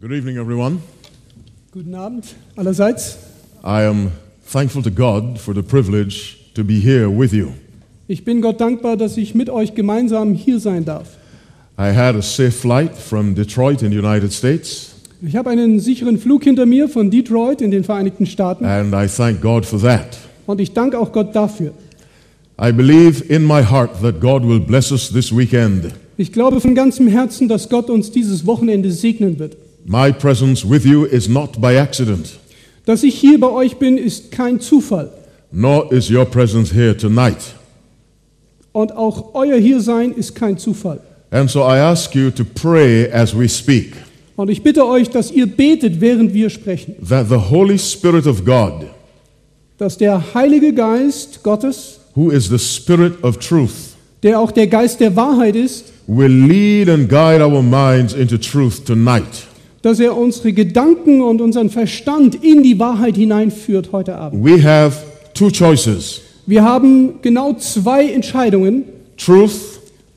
Good evening, everyone. Guten Abend allerseits. I am thankful to God for the privilege to be here with you. Ich bin Gott dankbar, dass ich mit euch gemeinsam hier sein darf. I had a safe flight from Detroit in the United States, Ich habe einen sicheren Flug hinter mir von Detroit in den Vereinigten Staaten and I thank God for that. und ich danke auch Gott dafür. I believe in my heart that God will bless us this weekend. Ich glaube von ganzem Herzen, dass Gott uns dieses Wochenende segnen wird. My presence with you is not by accident, Dass ich hier bei euch bin, ist kein Zufall. nor is your presence here tonight. Und auch euer Hiersein ist kein Zufall. And so I ask you to pray as we speak, Und ich bitte euch, dass ihr betet, während wir sprechen. that the Holy Spirit of God, Dass der Heilige Geist Gottes, who is the Spirit of truth, der auch der Geist der Wahrheit ist, will lead and guide our minds into truth tonight. dass er unsere Gedanken und unseren Verstand in die Wahrheit hineinführt heute Abend. We have two choices Wir haben genau zwei Entscheidungen. truth,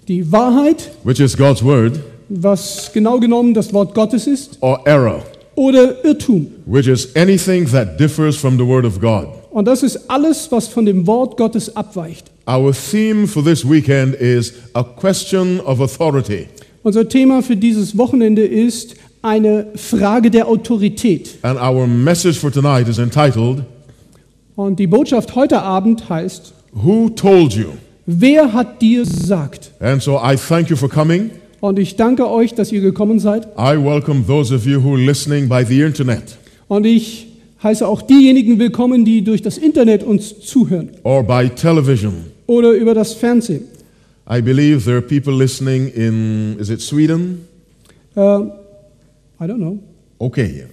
Die Wahrheit, which is God's word, was genau genommen das Wort Gottes ist, or error, oder Irrtum. which is anything that differs from the word of God. Und das ist alles, was von dem Wort Gottes abweicht. Our theme for this weekend is a question of authority. Unser Thema für dieses Wochenende ist eine Frage der Autorität. And our message for tonight is entitled, Und die Botschaft heute Abend heißt, Who Told You? wer hat dir gesagt? And so I thank you for coming. Und ich danke euch, dass ihr gekommen seid. I welcome those of you who are listening by the internet Und ich heiße auch diejenigen willkommen, die durch das Internet uns zuhören or by television. oder über das Fernsehen. I believe there are people listening in, is it Sweden? Äh, I don't know. Okay.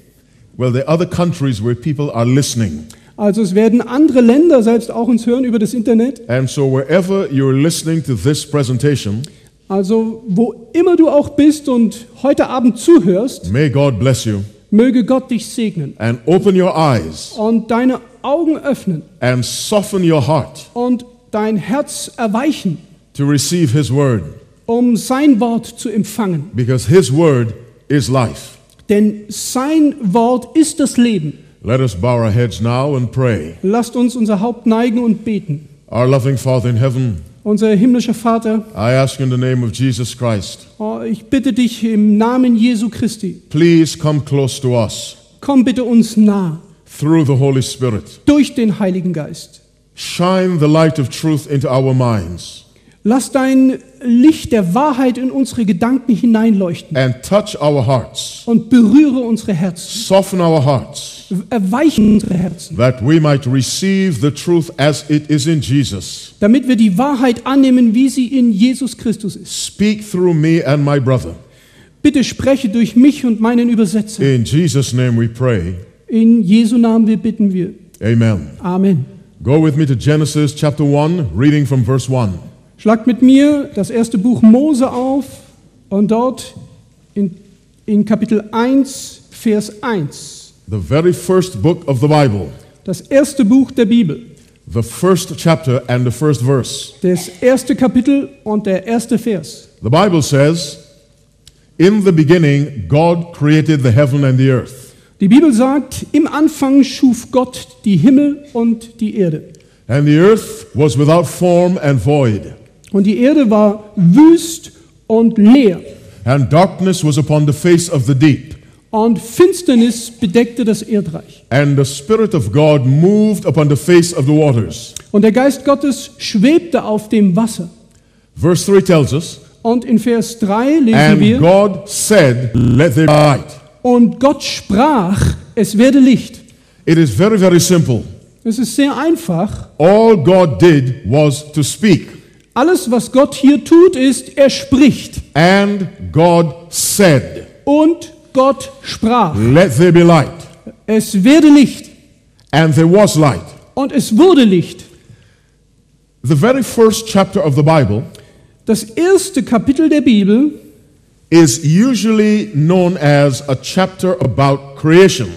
Well, there are other countries where people are listening. Also es werden andere Länder selbst auch uns hören über das Internet. And so, wherever you're listening to this presentation, Also wo immer du auch bist und heute Abend zuhörst, may God bless you möge Gott dich segnen and open your eyes und deine Augen öffnen and soften your heart und dein Herz erweichen, to receive His word um sein Wort zu empfangen. because His word is life. Denn sein Wort ist das Leben. Let us bow our heads now and pray. Lasst uns unser Haupt neigen und beten. Our loving Father in heaven, Unser himmlischer Vater, I ask in the name of Jesus Christ, oh, ich bitte dich im Namen Jesu Christi, please come close to us komm bitte uns nah through the Holy Spirit. durch den Heiligen Geist. Shine the light of truth into our minds Lass dein Licht der Wahrheit in unsere Gedanken hineinleuchten and touch our hearts. und berühre unsere Herzen, Soften our hearts. erweichen unsere Herzen, that we might receive the truth as it is in Jesus. damit wir die Wahrheit annehmen, wie sie in Jesus Christus ist. Speak through me and my brother. Bitte spreche durch mich und meinen Übersetzer. In Jesus' name we pray. In Jesu Namen wir bitten wir. Amen. Amen. Go with me to Genesis chapter 1, reading from verse 1. Schlagt mit mir das erste Buch Mose auf und dort in, in Kapitel 1, Vers 1. The very first book of the Bible, Das erste Buch der Bibel. the first chapter and the first verse. Das erste Kapitel und der erste Vers. The Bible says, In the beginning, God created the heaven and the earth. Die Bibel sagt, im Anfang schuf Gott die Himmel und die Erde. And the earth was without form and void, Und die Erde war wüst und leer. and darkness was upon the face of the deep. Und Finsternis bedeckte das Erdreich. And the Spirit of God moved upon the face of the waters. Und der Geist Gottes schwebte auf dem Wasser. Verse 3 tells us, Und in Vers 3 lesen And wir, God said, Let there be light. und Gott sprach, es werde Licht. It is very, very simple. Es ist sehr einfach. All God did was to speak. Alles, was Gott hier tut, ist, er spricht. And God said, Und Gott sprach, Let there be light. es werde Licht. And there was light. Und es wurde Licht. The very first chapter of the Bible Das erste Kapitel der Bibel is usually known as a chapter about creation.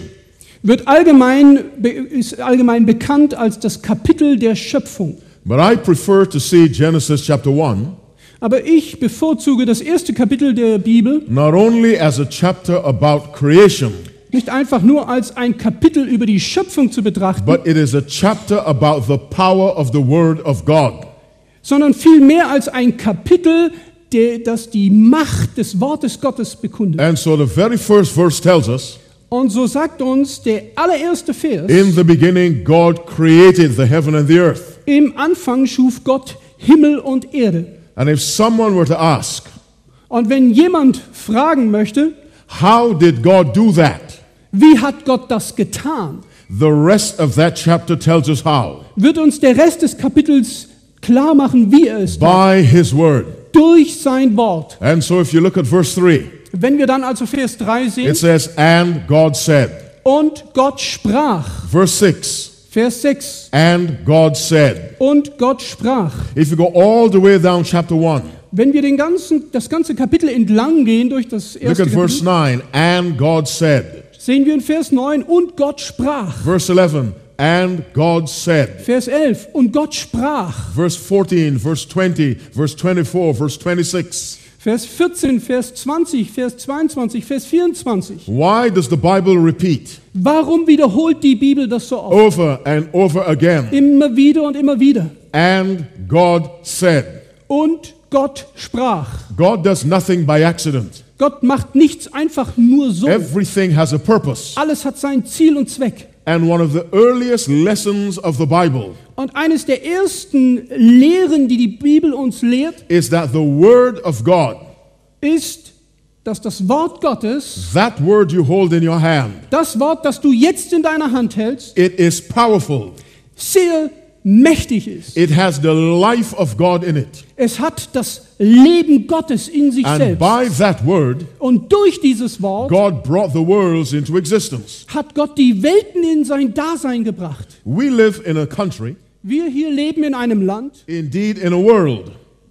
wird allgemein, be- ist allgemein bekannt als das Kapitel der Schöpfung. But I prefer to see Genesis chapter 1 Aber ich bevorzuge das erste Kapitel der Bibel not only as a chapter about creation, nicht einfach nur als ein Kapitel über die Schöpfung zu betrachten, but it is a chapter about the power of the Word of God. sondern vielmehr als ein Kapitel, der, das die Macht des Wortes Gottes bekundet. And so the very first verse tells us Und so sagt uns der allererste Vers, in the beginning, God created the heaven and the earth. im Anfang schuf Gott Himmel und Erde. And if someone were to ask, Und wenn jemand fragen möchte, how did God do that? wie hat Gott das getan, The rest of that chapter tells us how wird uns der Rest des Kapitels klar machen, wie er es by His Word. durch sein Wort. And so if you look at verse 3, Wenn wir dann also Vers 3 it sehen, says, and God said. und Gott sprach, Verse 6, Vers 6, and God said. und Gott sprach. If you go all the way down chapter 1, Wenn wir den ganzen, das ganze Kapitel entlang gehen durch das look erste at verse Kapitel, 9, and God said. sehen wir in Vers 9, und Gott sprach. Verse 11, and God said. Vers 11, und Gott sprach. Verse 14, verse 20, verse 24, verse 26. Vers 14, Vers 20, Vers 22, Vers 24. Why does the Bible repeat Warum wiederholt die Bibel das so oft? over and over again? Immer wieder und immer wieder. And God said. Und Gott sprach. God does nothing by accident. Gott macht nichts einfach nur so. Everything has a purpose. Alles hat sein Ziel und Zweck. And one of the earliest lessons of the Bible Und eines der ersten Lehren, die die Bibel uns lehrt, is that the Word of God, ist, dass das Wort Gottes that Word you hold in your hand, Das Wort, das du jetzt in deiner Hand hältst, it is powerful. sehr mächtig ist. It has the life of God in it. Es hat das Leben Gottes in sich And selbst. by that Word, Und durch dieses Wort God brought the worlds into existence. hat Gott die Welten in sein Dasein gebracht. We live in a country, Wir hier leben in einem Land, indeed in a world,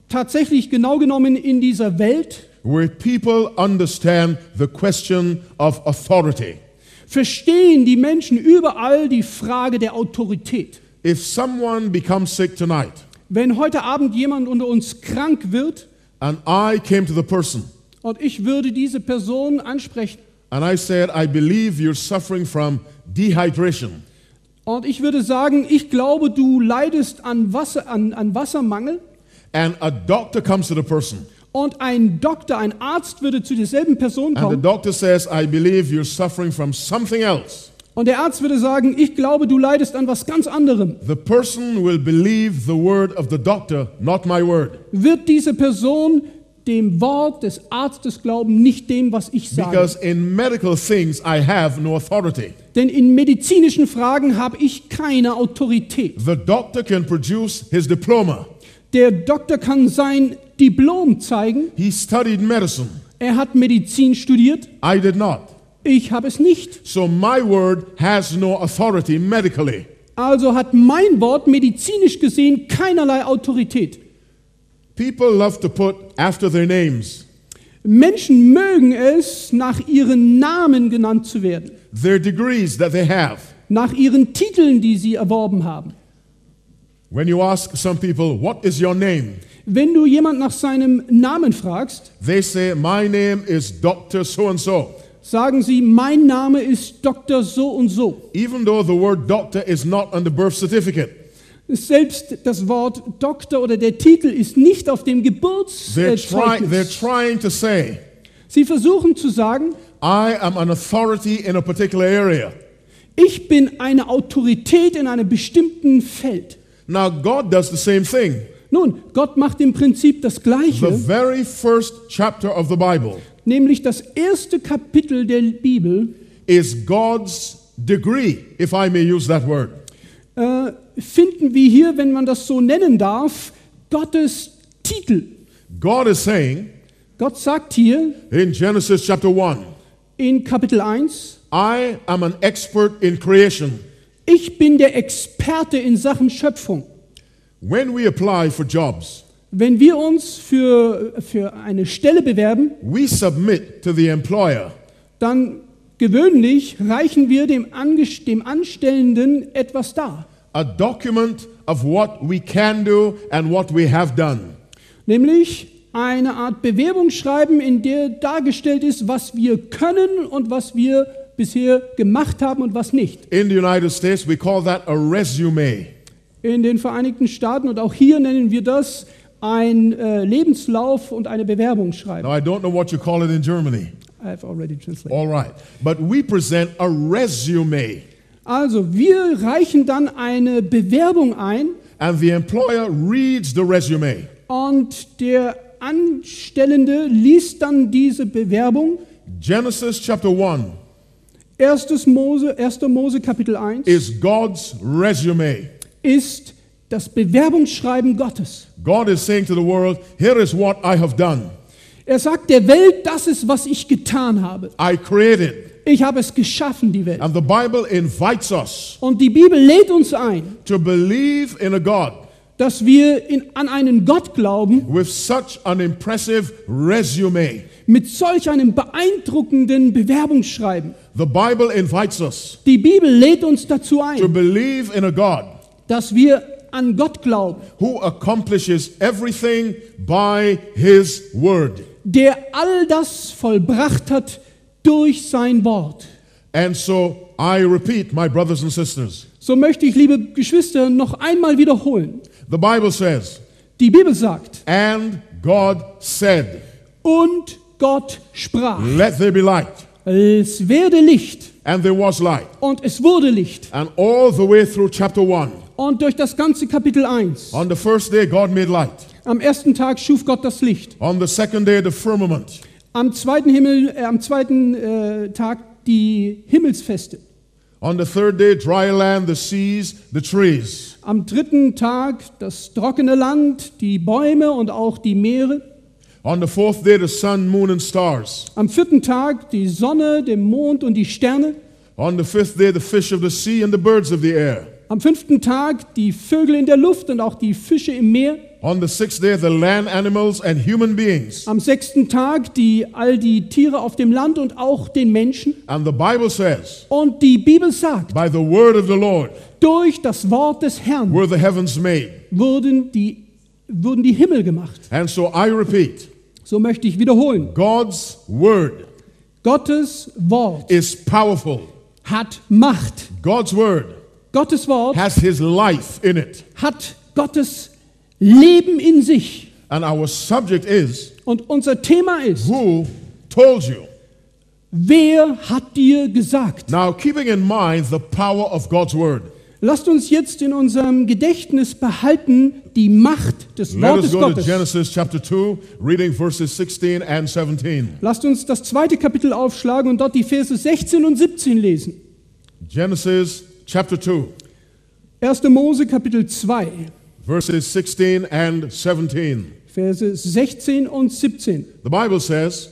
tatsächlich genau genommen in dieser Welt, where people understand the question of authority. verstehen die Menschen überall die Frage der Autorität. If someone becomes sick tonight Wenn heute Abend jemand unter uns krank wird and I came to the person und ich würde diese Person ansprechen and I said, I believe you're suffering from dehydration, Und ich würde sagen, ich glaube, du leidest an, Wasser, an, an Wassermangel. and a doctor comes to the person Und ein Doktor, ein Arzt würde zu derselben and Person the kommen. doctor says, I believe you're suffering from something else, Und der Arzt würde sagen, ich glaube, du leidest an was ganz anderem. the person will believe the word of the doctor, not my word. Wird diese Person dem Wort des Arztes glauben, nicht dem, was ich sage? Because in medical things, I have no authority. Denn in medizinischen Fragen habe ich keine Autorität. The doctor can produce his diploma. Der Doktor kann sein Diplom zeigen. He studied medicine. Er hat Medizin studiert. I did not. Ich habe es nicht. So my word has no authority medically. Also hat mein Wort medizinisch gesehen keinerlei Autorität. People love to put after their names Menschen mögen es, nach ihren Namen genannt zu werden, their degrees that they have. nach ihren Titeln, die sie erworben haben. When you ask some people, What is your name? Wenn du jemand nach seinem Namen fragst, they say, My name is Dr. So and so. sagen sie, mein Name ist Dr. So und so. Even though the word doctor is not on the birth certificate, Selbst das Wort Doktor oder der Titel ist nicht auf dem they're, try- they're Geburtszeugnis. trying to say, Sie versuchen zu sagen, I am an authority in a particular area. ich bin eine Autorität in einem bestimmten Feld. Now, God does the same thing. Nun, Gott macht im Prinzip das The Gleiche, very first chapter of the Bible nämlich das erste Kapitel der Bibel is God's degree, if I may use that word. äh, finden wir hier, wenn man das so nennen darf, Gottes Titel. God is saying Gott sagt hier in Genesis chapter 1, in Kapitel 1, I am an expert in creation. ich bin der Experte in Sachen Schöpfung. When we apply for jobs, Wenn wir uns für, für eine Stelle bewerben, we submit to the employer dann gewöhnlich reichen wir dem, Angest dem Anstellenden etwas dar. a document of what we can do and what we have done. Nämlich eine Art Bewerbung schreiben, in der dargestellt ist, was wir können und was wir bisher gemacht haben und was nicht. In the United States, we call that a resume. In den Vereinigten Staaten und auch hier nennen wir das ein äh, Lebenslauf und eine Bewerbung schreiben. Now, I don't know what you call it in Germany. I've already translated. All right. But we present a resume, Also, wir reichen dann eine Bewerbung ein and the employer reads the resume. und der Anstellende liest dann diese Bewerbung. Genesis chapter 1 1. Mose, 1. Mose Kapitel 1 is God's resume. ist das Bewerbungsschreiben Gottes. God is saying to the world, Here is what I have done. Er sagt der Welt, das ist, was ich getan habe. I created. Ich habe es geschaffen, die Welt. And the Bible invites us Und die Bibel lädt uns ein, to believe in a God dass wir in, an einen Gott glauben with such an impressive resume. mit solch einem beeindruckenden Bewerbungsschreiben. The Bible invites us Die Bibel lädt uns dazu to ein, believe in a God dass wir an Gott glauben, who accomplishes everything by His word. der all das vollbracht hat durch sein Wort. And so I repeat, my brothers and sisters, So möchte ich, liebe Geschwister, noch einmal wiederholen. the Bible says, Die Bibel sagt, And God said, und Gott sprach, Let there be light. es werde Licht And there was light. und es wurde Licht. And all the way through chapter 1, Und durch das ganze Kapitel 1. on the first day, God made light. Am ersten Tag schuf Gott das Licht. On the second day, the firmament. Am zweiten, Himmel, äh, am zweiten äh, Tag die Himmelsfeste. On the third day, dry land, the seas, the trees. Am dritten Tag das trockene Land, die Bäume und auch die Meere. On the fourth day, the sun, moon, and stars. Am vierten Tag die Sonne, den Mond und die Sterne. On the fifth day, the fish of the sea and the birds of the air. Am fünften Tag die Vögel in der Luft und auch die Fische im Meer. On the sixth day, the land animals and human beings. Am sechsten Tag die, all die Tiere auf dem Land und auch den Menschen. And the Bible says, Und die Bibel sagt, By the word of the Lord durch das Wort des Herrn were the heavens made. wurden die, wurden die Himmel gemacht. And so I repeat, So möchte ich wiederholen. God's word Gottes Wort is powerful. hat Macht. God's word Gottes Wort has his life in it. hat Gottes Leben in sich. And our subject is Und unser Thema ist, who told you? wer hat dir gesagt? Now, keeping in mind the power of God's word, Lasst uns jetzt in unserem Gedächtnis behalten die Macht des let us Wortes go to Gottes. Genesis chapter 2, reading verses 16 and 17. Lasst uns das zweite Kapitel aufschlagen und dort die Verse 16 und 17 lesen. Genesis chapter 2, 1. Mose Kapitel 2, verses 16 and 17. Verse 16 und 17. The Bible says,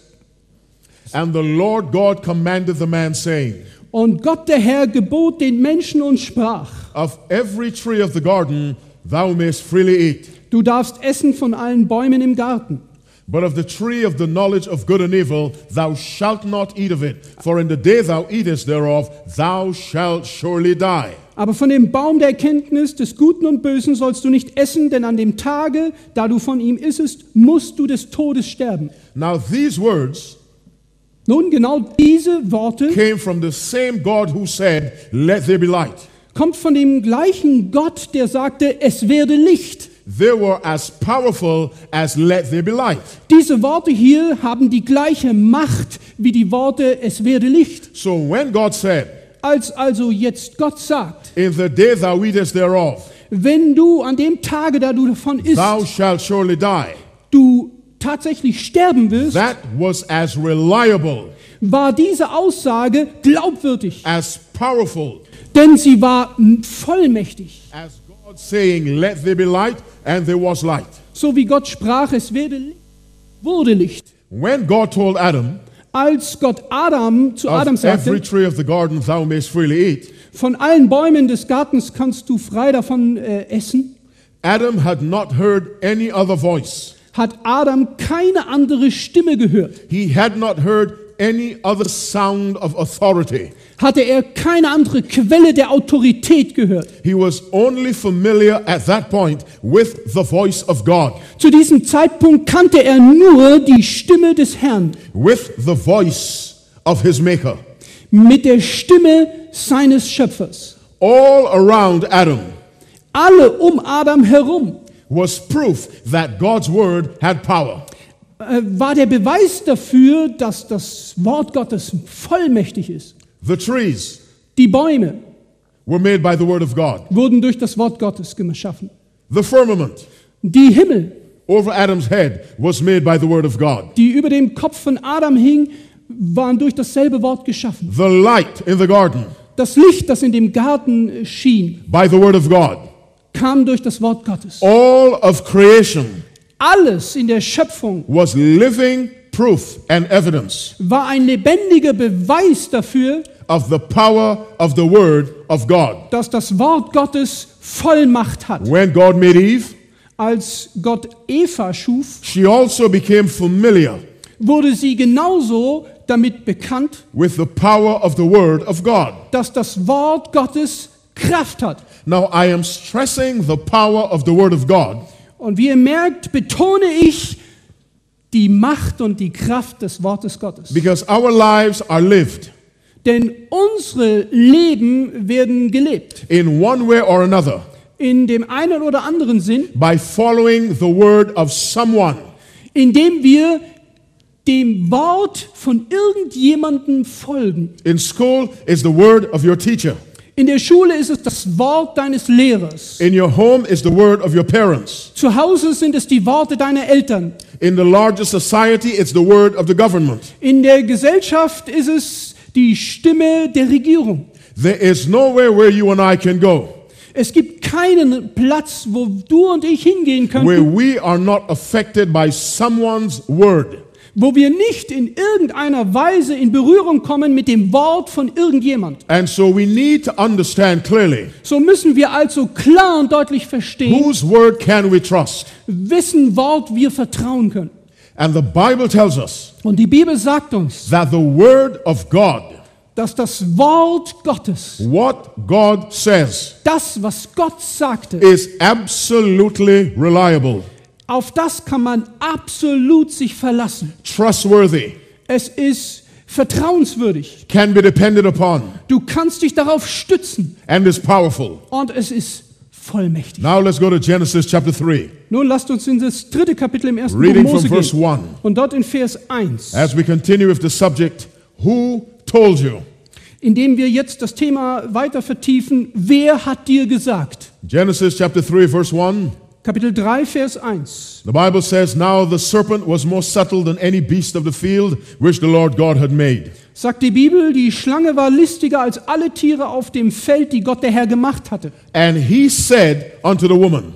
And the Lord God commanded the man, saying, Und Gott der Herr gebot den Menschen und sprach, Of every tree of the garden thou mayst freely eat, du darfst essen von allen Bäumen im Garten, but of the tree of the knowledge of good and evil thou shalt not eat of it, for in the day thou eatest thereof thou shalt surely die. aber von dem Baum der Erkenntnis des Guten und Bösen sollst du nicht essen, denn an dem Tage, da du von ihm issest, musst du des Todes sterben. Now these words Nun, genau diese Worte came from the same God who said, Let there be light. kommt von dem gleichen Gott, der sagte, es werde Licht. They were as powerful as let there be light. Diese Worte hier haben die gleiche Macht wie die Worte, es werde Licht. So when God said, Als also jetzt Gott sagt, In the day thou eatest thereof, wenn du an dem Tage, da du davon isst, thou shalt surely die. du tatsächlich sterben wirst, That was as reliable, war diese Aussage glaubwürdig, as powerful denn sie war m, vollmächtig. as God saying, Let there be light, and there was light. So wie Gott sprach, es werde Licht, wurde Licht. When God told Adam, Als Gott Adam zu Adam Of every sagte, tree of the garden thou mayst freely eat, von allen Bäumen des Gartens kannst du frei davon äh, essen, Adam had not heard any other voice. hat Adam keine andere Stimme gehört. He had not heard any other sound of authority. hatte er keine andere Quelle der Autorität gehört. He was only familiar at that point with the voice of God, Zu diesem Zeitpunkt kannte er nur die Stimme des Herrn with the voice of his Maker. mit der Stimme seines Schöpfers. All around Adam Alle um Adam herum was proof that God's word had power. äh, war der Beweis dafür, dass das Wort Gottes vollmächtig ist. The trees Die Bäume were made by the word of God, wurden durch das Wort Gottes geschaffen. the firmament Die Himmel, over Adam's head was made by the word of God. die über dem Kopf von Adam hing, waren durch dasselbe Wort geschaffen. The light in the garden Das Licht, das in dem Garten äh, schien, by the word of God. kam durch das Wort Gottes. All of creation Alles in der Schöpfung was living proof and evidence war ein lebendiger Beweis dafür, of the power of the word of God. dass das Wort Gottes Vollmacht hat. When God made Eve, Als Gott Eva schuf, she also became familiar wurde sie genauso damit bekannt, with the power of the word of God. dass das Wort Gottes Kraft hat. Now, I am stressing the power of the word of God Und wie ihr merkt, betone ich die Macht und die Kraft des Wortes Gottes. because our lives are lived Denn unsere Leben werden gelebt. in one way or another In dem einen oder anderen Sinn, by following the word of someone. indem wir dem Wort von irgendjemandem folgen. In school, it's the word of your teacher. In der Schule ist es das Wort deines Lehrers. In your home, it's the word of your parents. Zu Hause sind es die Worte deiner Eltern. In the larger society, it's the word of the government. In der Gesellschaft ist es die Stimme der Regierung. There is nowhere where you and I can go Es gibt keinen Platz, wo du und ich hingehen where können, we are not affected by someone's word. wo wir nicht in irgendeiner Weise in Berührung kommen mit dem Wort von irgendjemand. And so we need to understand clearly So müssen wir also klar und deutlich verstehen, whose word can we trust? wessen Wort wir vertrauen können. And the Bible tells us Und die Bibel sagt uns, that the word of God, dass das Wort Gottes, what God says, das, was Gott sagte, is absolutely reliable, Auf das kann man absolut sich verlassen. trustworthy, Es ist vertrauenswürdig. can be depended upon, Du kannst dich darauf stützen and is powerful. und es ist vollmächtig. Now let's go to Genesis chapter 3 Nun lasst uns in das dritte Kapitel im ersten Buch Reading from Mose verse Äh? gehen 1. und dort in Vers 1, as we continue with the subject Who told you? indem wir jetzt das Thema weiter vertiefen. Wer hat dir gesagt? Genesis chapter 3, verse 1. Kapitel 3, Vers 1. The Bible says, Now the serpent was more subtle than any beast of the field which the Lord God had made. Sagt die Bibel, die Schlange war listiger als alle Tiere auf dem Feld, die Gott der Herr gemacht hatte. And he said unto the woman,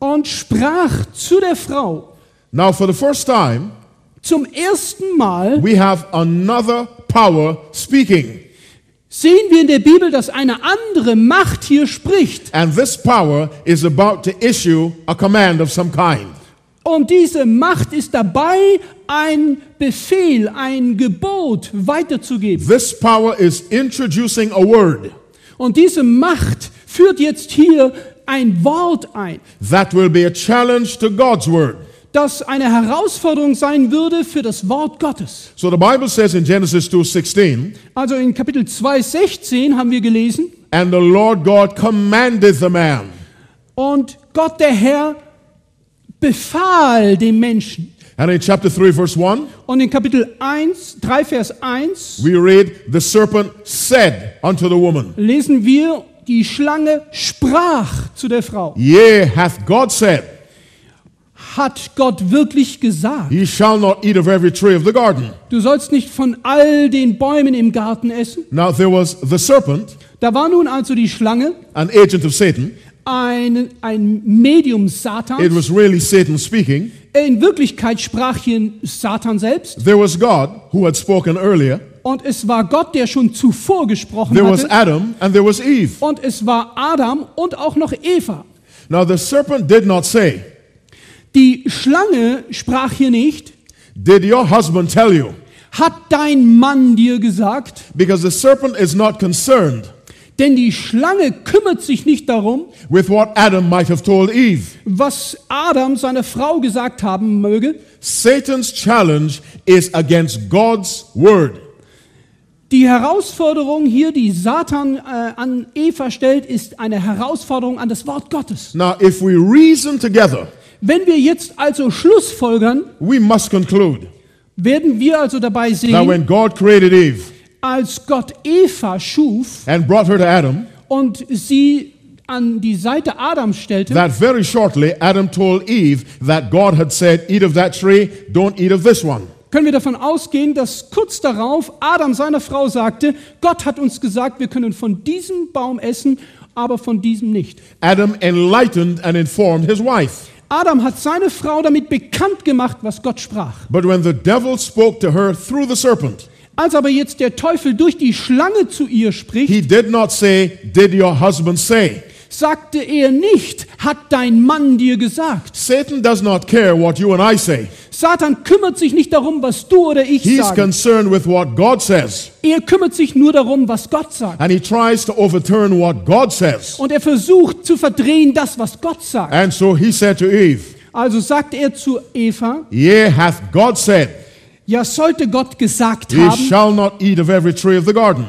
Und sprach zu der Frau, Now for the first time, zum ersten Mal we have another power speaking. sehen wir in der Bibel, dass eine andere Macht hier spricht. And this power is about to issue a command of some kind. Und diese Macht ist dabei, ein Befehl, ein Gebot weiterzugeben. This power is introducing a word Und diese Macht führt jetzt hier ein Wort ein, that will be a challenge to God's word. das eine Herausforderung sein würde für das Wort Gottes. So the Bible says in Genesis 2:16, Also in Kapitel 2,16 haben wir gelesen, and the Lord God commanded the man, und Gott der Herr befahl dem Menschen. And in chapter 3, verse 1, Und in Kapitel 1, 3 Vers 1 we read, The serpent said unto the woman, lesen wir, die Schlange sprach zu der Frau. Yea, hath God said, Hat Gott wirklich gesagt, Ye shall not eat of every tree of the garden. du sollst nicht von all den Bäumen im Garten essen? Now there was the serpent, Da war nun also die Schlange an agent of Satan. ein, ein Medium It Satans. was really Satan speaking. In Wirklichkeit sprach hier Satan selbst. There was God, who had spoken earlier. Und es war Gott, der schon zuvor gesprochen There was hatte. Adam, and there was Eve. Und es war Adam und auch noch Eva. Now the serpent did not say, Die Schlange sprach hier nicht. Did your husband tell you? hat dein Mann dir gesagt? Because the serpent is not concerned Denn die Schlange kümmert sich nicht darum, with what Adam might have told Eve. was Adam seiner Frau gesagt haben möge. Satan's challenge is against God's word. Die Herausforderung hier, die Satan äh, an Eva stellt, ist eine Herausforderung an das Wort Gottes. Now, if we reason together, Wenn wir jetzt also Schlussfolgern, we must conclude werden wir also dabei that sehen, when God created Eve als Gott Eva schuf and brought her to Adam, und sie an die Seite Adams stellte, that very shortly Adam told Eve that God had said, Eat of that tree, don't eat of this one. können wir davon ausgehen, dass kurz darauf Adam seiner Frau sagte, Gott hat uns gesagt, wir können von diesem Baum essen, aber von diesem nicht. Adam enlightened and informed his wife. Adam hat seine Frau damit bekannt gemacht, was Gott sprach. But when the devil spoke to her through the serpent, Als aber jetzt der Teufel durch die Schlange zu ihr spricht, he did not say, Did your husband say? sagte er nicht, hat dein Mann dir gesagt. Satan does not care what you and I say. Satan kümmert sich nicht darum, was du oder ich He's sagen. concerned with what God says, Er kümmert sich nur darum, was Gott sagt. and he tries to overturn what God says. Und er versucht zu verdrehen das, was Gott sagt. And so he said to Eve, Also sagte er zu Eva, Yea, hath God said, ja sollte Gott gesagt Ye haben, shall not eat of every tree of the garden.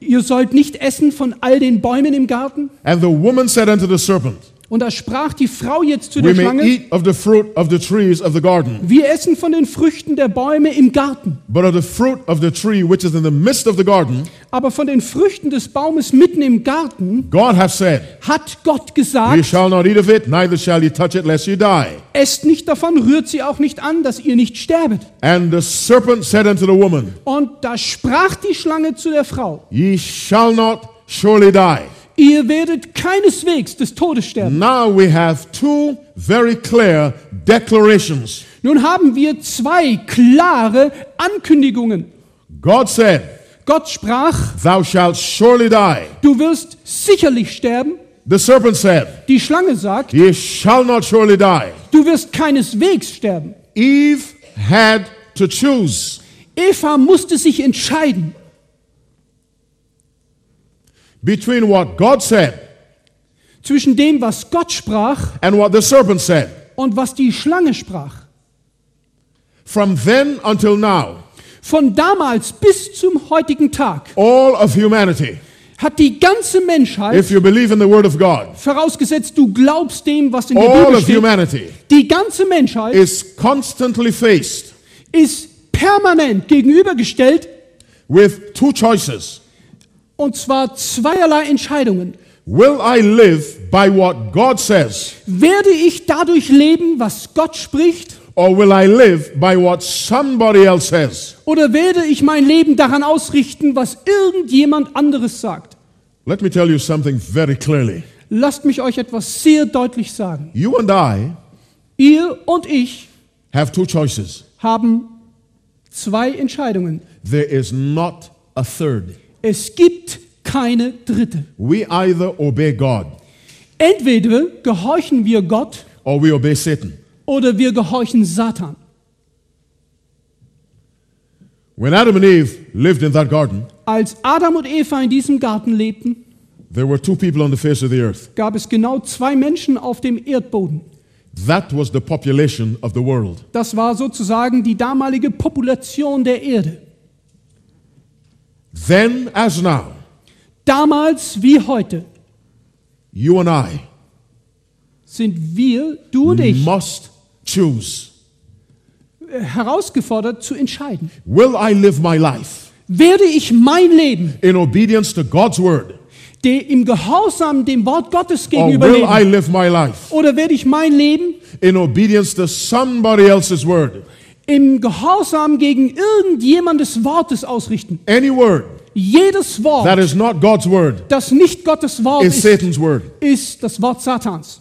ihr sollt nicht essen von all den Bäumen im Garten. And the woman said unto the serpent, Und da sprach die Frau jetzt zu We der may Schlange, eat of the fruit of the trees of the garden, wir essen von den Früchten der Bäume im Garten. but of the fruit of the tree which is in the midst of the garden, Aber von den Früchten des Baumes mitten im Garten God hath said, hat Gott Ye gesagt, shall not eat of it, neither shall ye touch it, lest ye die. esst nicht davon, rührt sie auch nicht an, dass ihr nicht sterbet. And the serpent said unto the woman, Und da sprach die Schlange zu der Frau, Ye shall not surely die. ihr werdet keineswegs des Todes sterben. Now we have two very clear declarations. Nun haben wir zwei klare Ankündigungen. God said, Gott sprach, Thou shalt surely die. du wirst sicherlich sterben. The serpent said, Die Schlange sagt, Ye shall not surely die. du wirst keineswegs sterben. Eve had to choose. Eva musste sich entscheiden between what God said zwischen dem, was Gott sprach and what the serpent said. und was die Schlange sprach. From then until now, Von damals bis zum heutigen Tag all of humanity, hat die ganze Menschheit, if you believe in the Word of God, vorausgesetzt du glaubst dem, was in der all Bibel of steht, humanity die ganze Menschheit is constantly faced ist permanent gegenübergestellt with two choices. und zwar zweierlei Entscheidungen. Will I live by what God says, Werde ich dadurch leben, was Gott spricht, or will I live by what somebody else says? oder werde ich mein Leben daran ausrichten, was irgendjemand anderes sagt? Let me tell you something very clearly. Lasst mich euch etwas sehr deutlich sagen. You and I Ihr und ich have two choices. haben zwei Entscheidungen. There is not a third. Es gibt keine dritte. We either obey God Entweder gehorchen wir Gott or we obey Satan. oder wir gehorchen Satan. When Adam and Eve lived in that garden, Als Adam und Eva in diesem Garten lebten, there were two people on the face of the earth. gab es genau zwei Menschen auf dem Erdboden. That was the population of the world. Das war sozusagen die damalige Population der Erde. Then, as now, Damals wie heute you and I sind wir, du und ich, äh, must choose. Mhm. herausgefordert zu entscheiden. Will I live my life Werde ich mein Leben in obedience to God's word, der im Gehorsam dem Wort Gottes or gegenüber Oh, will I leben? live my life Oder werde ich mein Leben in obedience to somebody else's word? im Gehorsam gegen irgendjemandes Wortes ausrichten. Any word Jedes that Wort, is not God's word das nicht Gottes Wort is ist, Satan's word. ist das Wort Satans.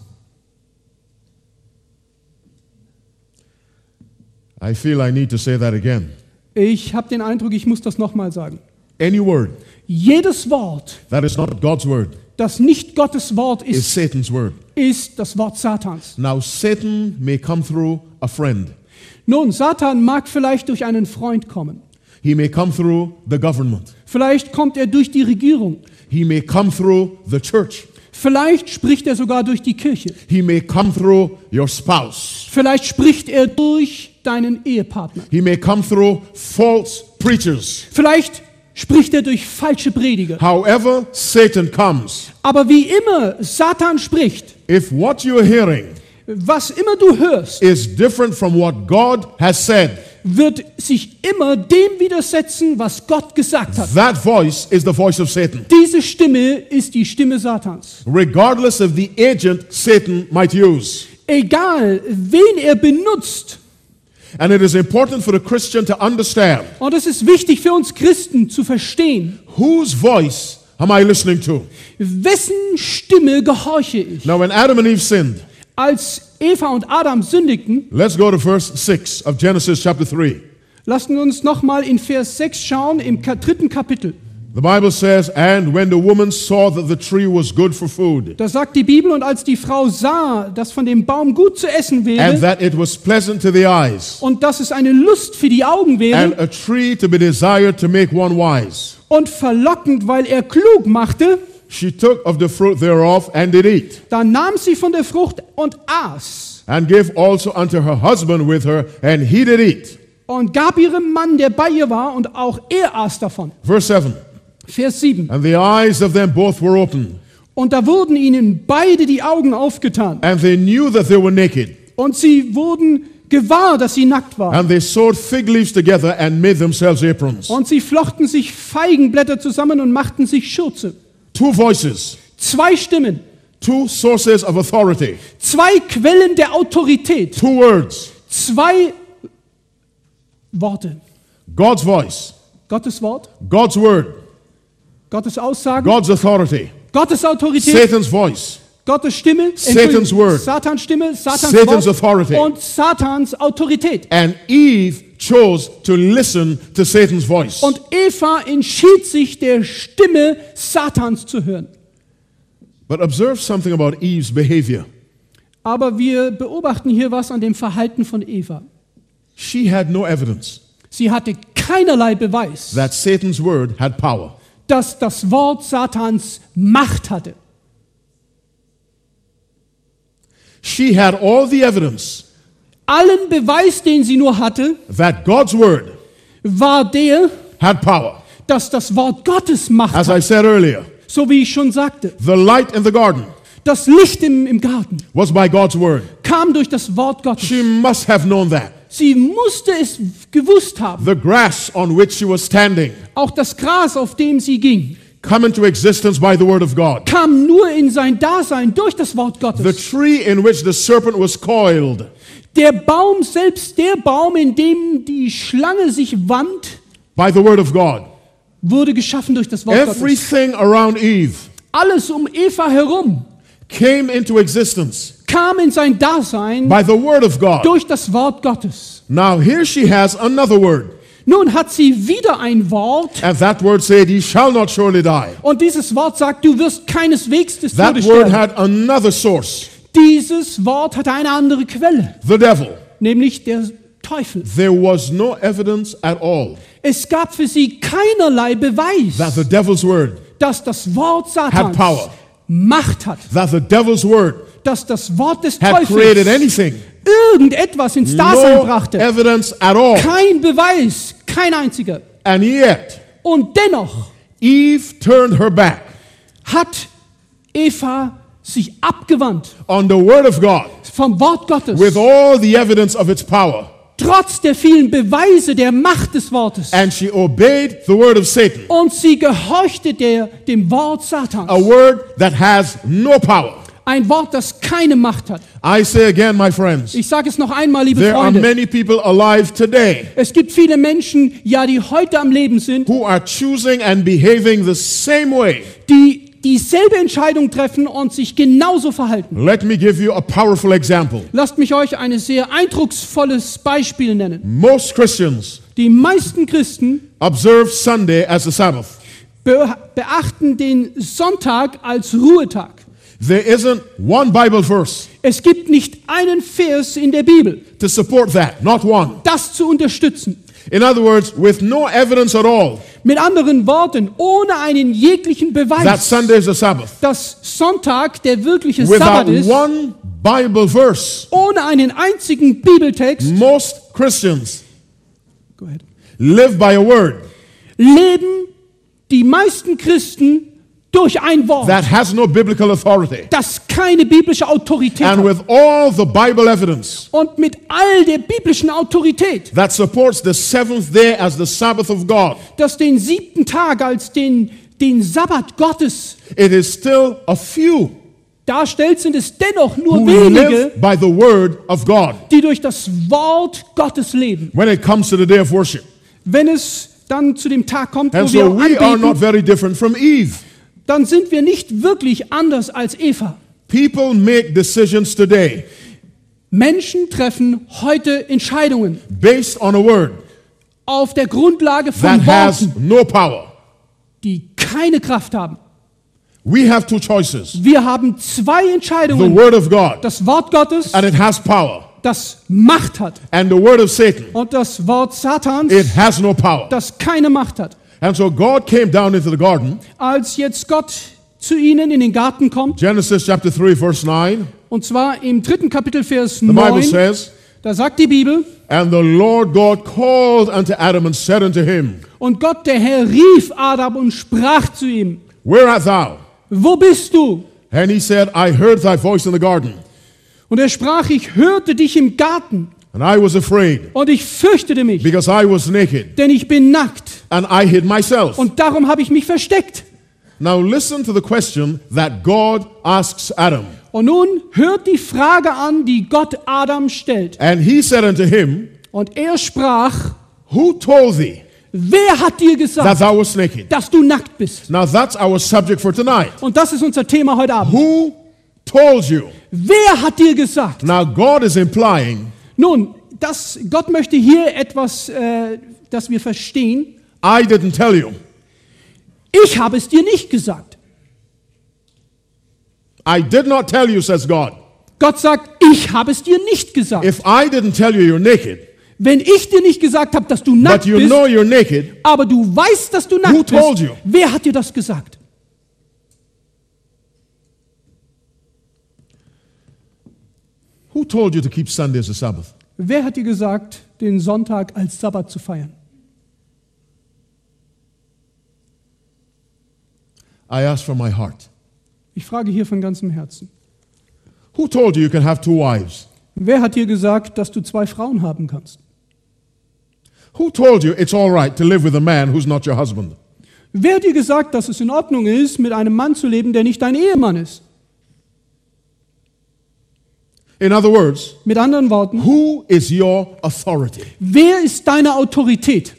I feel I need to say that again. Ich habe den Eindruck, ich muss das nochmal sagen. Any word Jedes Wort, that is not God's word das nicht Gottes Wort is ist, Satan's word. ist das Wort Satans. Now, Satan may come through a friend. Nun, Satan mag vielleicht durch einen Freund kommen. He may come through the government. Vielleicht kommt er durch die Regierung. He may come through the church. Vielleicht spricht er sogar durch die Kirche. He may come through your spouse. Vielleicht spricht er durch deinen Ehepartner. He may come through false preachers. Vielleicht spricht er durch falsche Prediger. However, Satan comes. Aber wie immer Satan spricht, If what you're hearing was immer du hörst, is different from what God has said, wird sich immer dem widersetzen, was Gott gesagt hat. that voice is the voice of Satan, Diese Stimme ist die Stimme Satans. regardless of the agent Satan might use. Egal, wen er benutzt. And it is important for the Christian to understand Und es ist wichtig für uns Christen zu verstehen, whose voice am I listening to? wessen Stimme gehorche ich. Now, when Adam and Eve sinned, Als Eva und Adam sündigten, let's go to verse 6 of Genesis chapter 3. lassen wir uns nochmal in Vers 6 schauen, im ka- dritten Kapitel. The Bible says, And when the woman saw that the tree was good for food, Da sagt die Bibel, und als die Frau sah, dass von dem Baum gut zu essen and wäre that it was pleasant to the eyes, und dass es eine Lust für die Augen and wäre a tree to be desired to make one wise, und verlockend, weil er klug machte, she took of the fruit thereof and did eat, da nahm sie von der Frucht und aß and gave also unto her husband with her, and he did eat. und gab ihrem Mann, der bei ihr war, und auch er aß davon. Verse 7 Vers 7. And the eyes of them both were opened, Und da wurden ihnen beide die Augen aufgetan and they knew that they were naked, und sie wurden gewahr, dass sie nackt waren. and they sewed fig leaves together and made themselves aprons. Und sie flochten sich Feigenblätter zusammen und machten sich Schürze. Two voices, Zwei Stimmen, two sources of authority, zwei Quellen der Autorität, two words zwei Worte. God's voice, Gottes Wort, God's word, Gottes Aussagen, God's authority, Gottes Autorität, Satan's voice. Gottes Stimme, Satan's Entschuldigung, word. Satans Stimme, Satans, Satan's Wort authority. und Satans Autorität. And Eve chose to listen to Satan's voice. Und Eva entschied sich, der Stimme Satans zu hören. But observe something about Eve's behavior. Aber wir beobachten hier was an dem Verhalten von Eva. She had no evidence Sie hatte keinerlei Beweis. that Satan's word had power. dass das Wort Satans Macht hatte. She had all the evidence Allen Beweis, den sie nur hatte, that God's word war der, had power. dass das Wort Gottes Macht As hat. I said earlier, So wie ich schon sagte, the light in the garden das Licht im, im Garten was by God's word. kam durch das Wort Gottes. She must have known that. Sie musste es gewusst haben. The grass on which she was standing Auch das Gras, auf dem sie ging, come into existence by the word of God. kam nur in sein Dasein durch das Wort The Gottes. tree in which the serpent was coiled Der Baum selbst, der Baum, in dem die Schlange sich wand, by the word of God. wurde geschaffen durch das Wort Gottes. Everything around Eve Alles um Eva herum came into existence kam in sein Dasein by the word of God. durch das Wort Gottes. Now here she has another word, Nun hat sie wieder ein Wort and that word said, "Ye shall not surely die." und dieses Wort sagt, du wirst keineswegs des That Todes word sterben. had another source, Dieses Wort hatte eine andere Quelle, the devil. nämlich der Teufel. There was no evidence at all Es gab für sie keinerlei that Beweis, the devil's word, dass das Wort Had Satans power. Macht hat, that the devil's word dass das Wort des had created Teufels anything. irgendetwas ins Dasein No brachte. evidence at all. Kein Beweis, kein einziger. And yet, Und dennoch Eve turned her back hat Eva sich abgewandt on the word of God vom Wort Gottes. with all the evidence of its power, trotz der vielen Beweise der Macht des Wortes. and she obeyed the word of Satan. Und sie gehorchte der, dem Wort a Satans. word that has no power. Ein Wort, das keine Macht hat. I say again, my friends, Ich sage es noch einmal, liebe there are Freunde. many people alive today Es gibt viele Menschen, ja, die heute am Leben sind, who are choosing and behaving the same way. die dieselbe Entscheidung treffen und sich genauso verhalten. Let me give you a powerful example. Lasst mich euch ein sehr eindrucksvolles Beispiel nennen. Most Christians Die meisten Christen observe Sunday as the Sabbath. be beachten den Sonntag als Ruhetag. There isn't one Bible verse Es gibt nicht einen Vers in der Bibel, to support that, not one. das zu unterstützen. In other words, with no evidence at all Mit anderen Worten, ohne einen jeglichen that Beweis, Sunday is a Sabbath, dass Sonntag der wirkliche without Sabbat ist, one Bible verse, ohne einen einzigen Bibeltext, most Christians Go ahead. live by a word leben die meisten Christen durch ein Wort, that has no biblical authority. das keine biblische Autorität And hat. with all the Bible evidence Und mit all der biblischen Autorität, that supports the seventh day as the Sabbath of God, das den siebten Tag als den, den Sabbat Gottes it is still a few darstellt, sind es dennoch nur who wenige, live by the word of God die durch das Wort Gottes leben. when it comes to the day of worship. Wenn es dann zu dem Tag kommt, wo And so wir we are not anbeten, very different from Eve. dann sind wir nicht wirklich anders als Eva. People make decisions today Menschen treffen heute Entscheidungen based on a word auf der Grundlage that von Worten, has no power. die keine Kraft haben. We have two choices Wir haben zwei the Entscheidungen. word of God, Das Wort Gottes, and it has power, das Macht hat, and the word of Satan, und das Wort it Satans, has no power. das keine Macht hat. And so God came down into the garden, Als jetzt Gott zu ihnen in den Garten kommt, Genesis chapter 3, verse 9, und zwar im dritten Kapitel Vers the Bible 9, says, da sagt die Bibel, And the Lord God called unto Adam and said unto him, und Gott der Herr rief Adam und sprach zu ihm, Where art thou? wo bist du? And he said, I heard thy voice in the garden, Und er sprach, ich hörte dich im Garten and I was afraid, und ich fürchtete mich, because I was naked, denn ich bin nackt and I hid myself. und darum habe ich mich versteckt. Now listen to the question that God asks Adam. Und nun hört die Frage an, die Gott Adam stellt. And he said unto him, Und er sprach, Who told thee wer hat dir that gesagt, thou wast naked? dass du nackt bist? Now that's our subject for tonight. Und das ist unser Thema heute Abend. Who told you? Wer hat dir gesagt? Now God is implying, Nun, das, Gott möchte hier etwas, äh, das wir verstehen. I didn't tell you. Ich habe es dir nicht gesagt. I did not tell you, says God. Gott sagt, ich habe es dir nicht gesagt. If I didn't tell you you're naked, Wenn ich dir nicht gesagt habe, dass du but nackt you know bist, you're naked, aber du weißt, dass du Who told nackt bist, you? wer hat dir das gesagt? who told you to keep Sunday as a Sabbath? Wer hat dir gesagt, den Sonntag als Sabbat zu feiern? I ask from my heart. Ich frage hier von ganzem Herzen. Who told you you can have two wives? Wer hat dir gesagt, dass du zwei Frauen haben kannst? Who told you it's all right to live with a man who's not your husband? Wer hat dir gesagt, dass es in Ordnung ist, mit einem Mann zu leben, der nicht dein Ehemann ist? In other words, Mit anderen Worten, who is your authority? wer ist deine Autorität?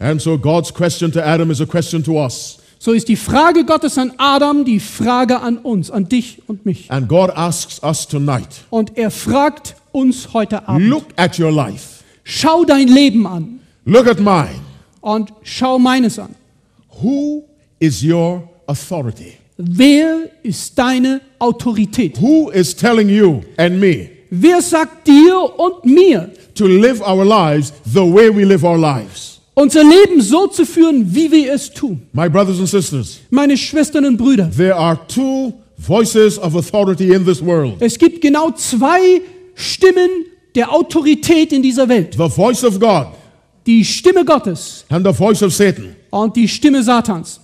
And so God's question to Adam is a question to us. So ist die Frage Gottes an Adam die Frage an uns, an dich und mich. And God asks us tonight Und er fragt uns heute Abend, look at your life, schau dein Leben an look at mine. und schau meines an. Who is your authority? Wer ist deine Autorität? Who is telling you and me Wer sagt dir und mir, to live our lives the way we live our lives? unser Leben so zu führen, wie wir es tun? My brothers and sisters, Meine Schwestern und Brüder, there are two voices of authority in this world Es gibt genau zwei Stimmen der Autorität in dieser Welt. the voice of God Die Stimme Gottes and the voice of Satan. und die Stimme Satans.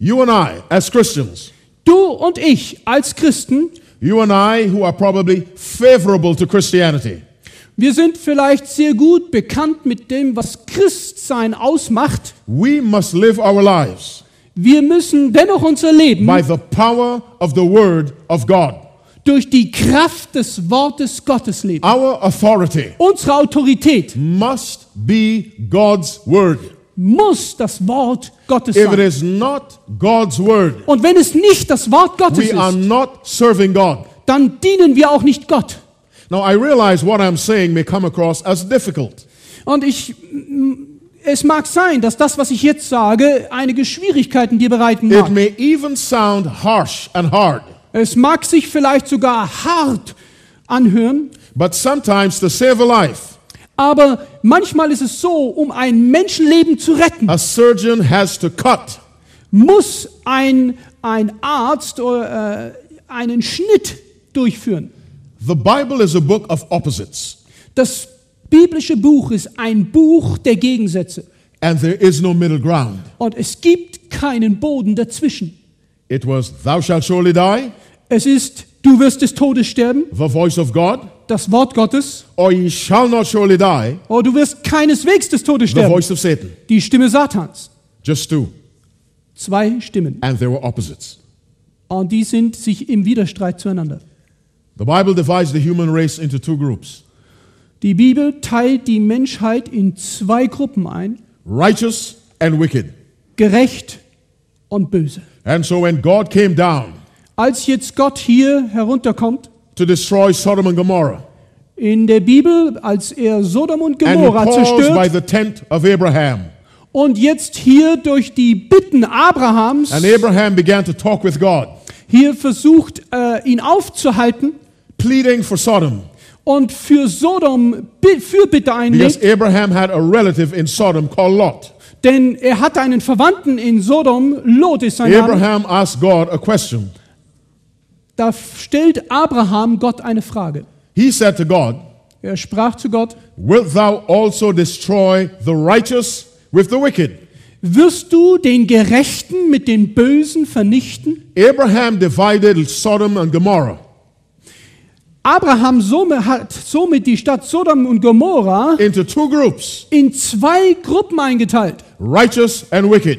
You and I, as Christians, Du und ich als Christen, you and I who are probably favorable to Christianity, wir sind vielleicht sehr gut bekannt mit dem, was Christsein ausmacht. we must live our lives Wir müssen dennoch unser Leben by the power of the Word of God. durch die Kraft des Wortes Gottes leben. Our authority Unsere Autorität must be God's Word. muss das Wort Gottes If it sein. is not God's Word, Und wenn es nicht das Wort Gottes we are ist, not serving God. dann dienen wir auch nicht Gott. Now, I realize what I'm saying may come across as difficult. Und ich, m- es mag sein, dass das, was ich jetzt sage, einige Schwierigkeiten dir bereiten It mag. may even sound harsh and hard, Es mag sich vielleicht sogar hart anhören, But sometimes to save a life, Aber manchmal ist es so, um ein Menschenleben zu retten, a surgeon has to cut. muss ein, ein Arzt äh, einen Schnitt durchführen. The Bible is a book of opposites, Das biblische Buch ist ein Buch der Gegensätze. and there is no middle ground. Und es gibt keinen Boden dazwischen. It was, Thou shalt surely die, Es ist, du wirst des Todes sterben, the voice of God, das Wort Gottes, or ye shall not surely die, oder du wirst keineswegs des Todes the sterben, voice of Satan. die Stimme Satans. Just two. Zwei Stimmen. And they were opposites. Und die sind sich im Widerstreit zueinander. The Bible divides the human race into two groups Die Bibel teilt die Menschheit in zwei Gruppen ein, righteous and wicked. gerecht und böse. And so when God came down Als jetzt Gott hier herunterkommt, to destroy Sodom and Gomorrah, in der Bibel, als er Sodom und and Gomorra caused by zerstört the tent of Abraham, und jetzt hier durch die Bitten Abrahams and Abraham began to talk with God, hier versucht, äh, ihn aufzuhalten pleading for Sodom, und für Sodom Bi- Fürbitte because einlegt, Abraham had a relative in Sodom called Lot. denn er hatte einen Verwandten in Sodom, Lot ist sein Name. Abraham asked God a question. Da f- stellt Abraham Gott eine Frage. He said to God, Er sprach zu Gott, Wilt thou also destroy the righteous with the wicked? wirst du den Gerechten mit den Bösen vernichten? Abraham divided Sodom and Gomorrah Abraham some- hat somit die Stadt Sodom und Gomorra into two groups, in zwei Gruppen eingeteilt. righteous and wicked.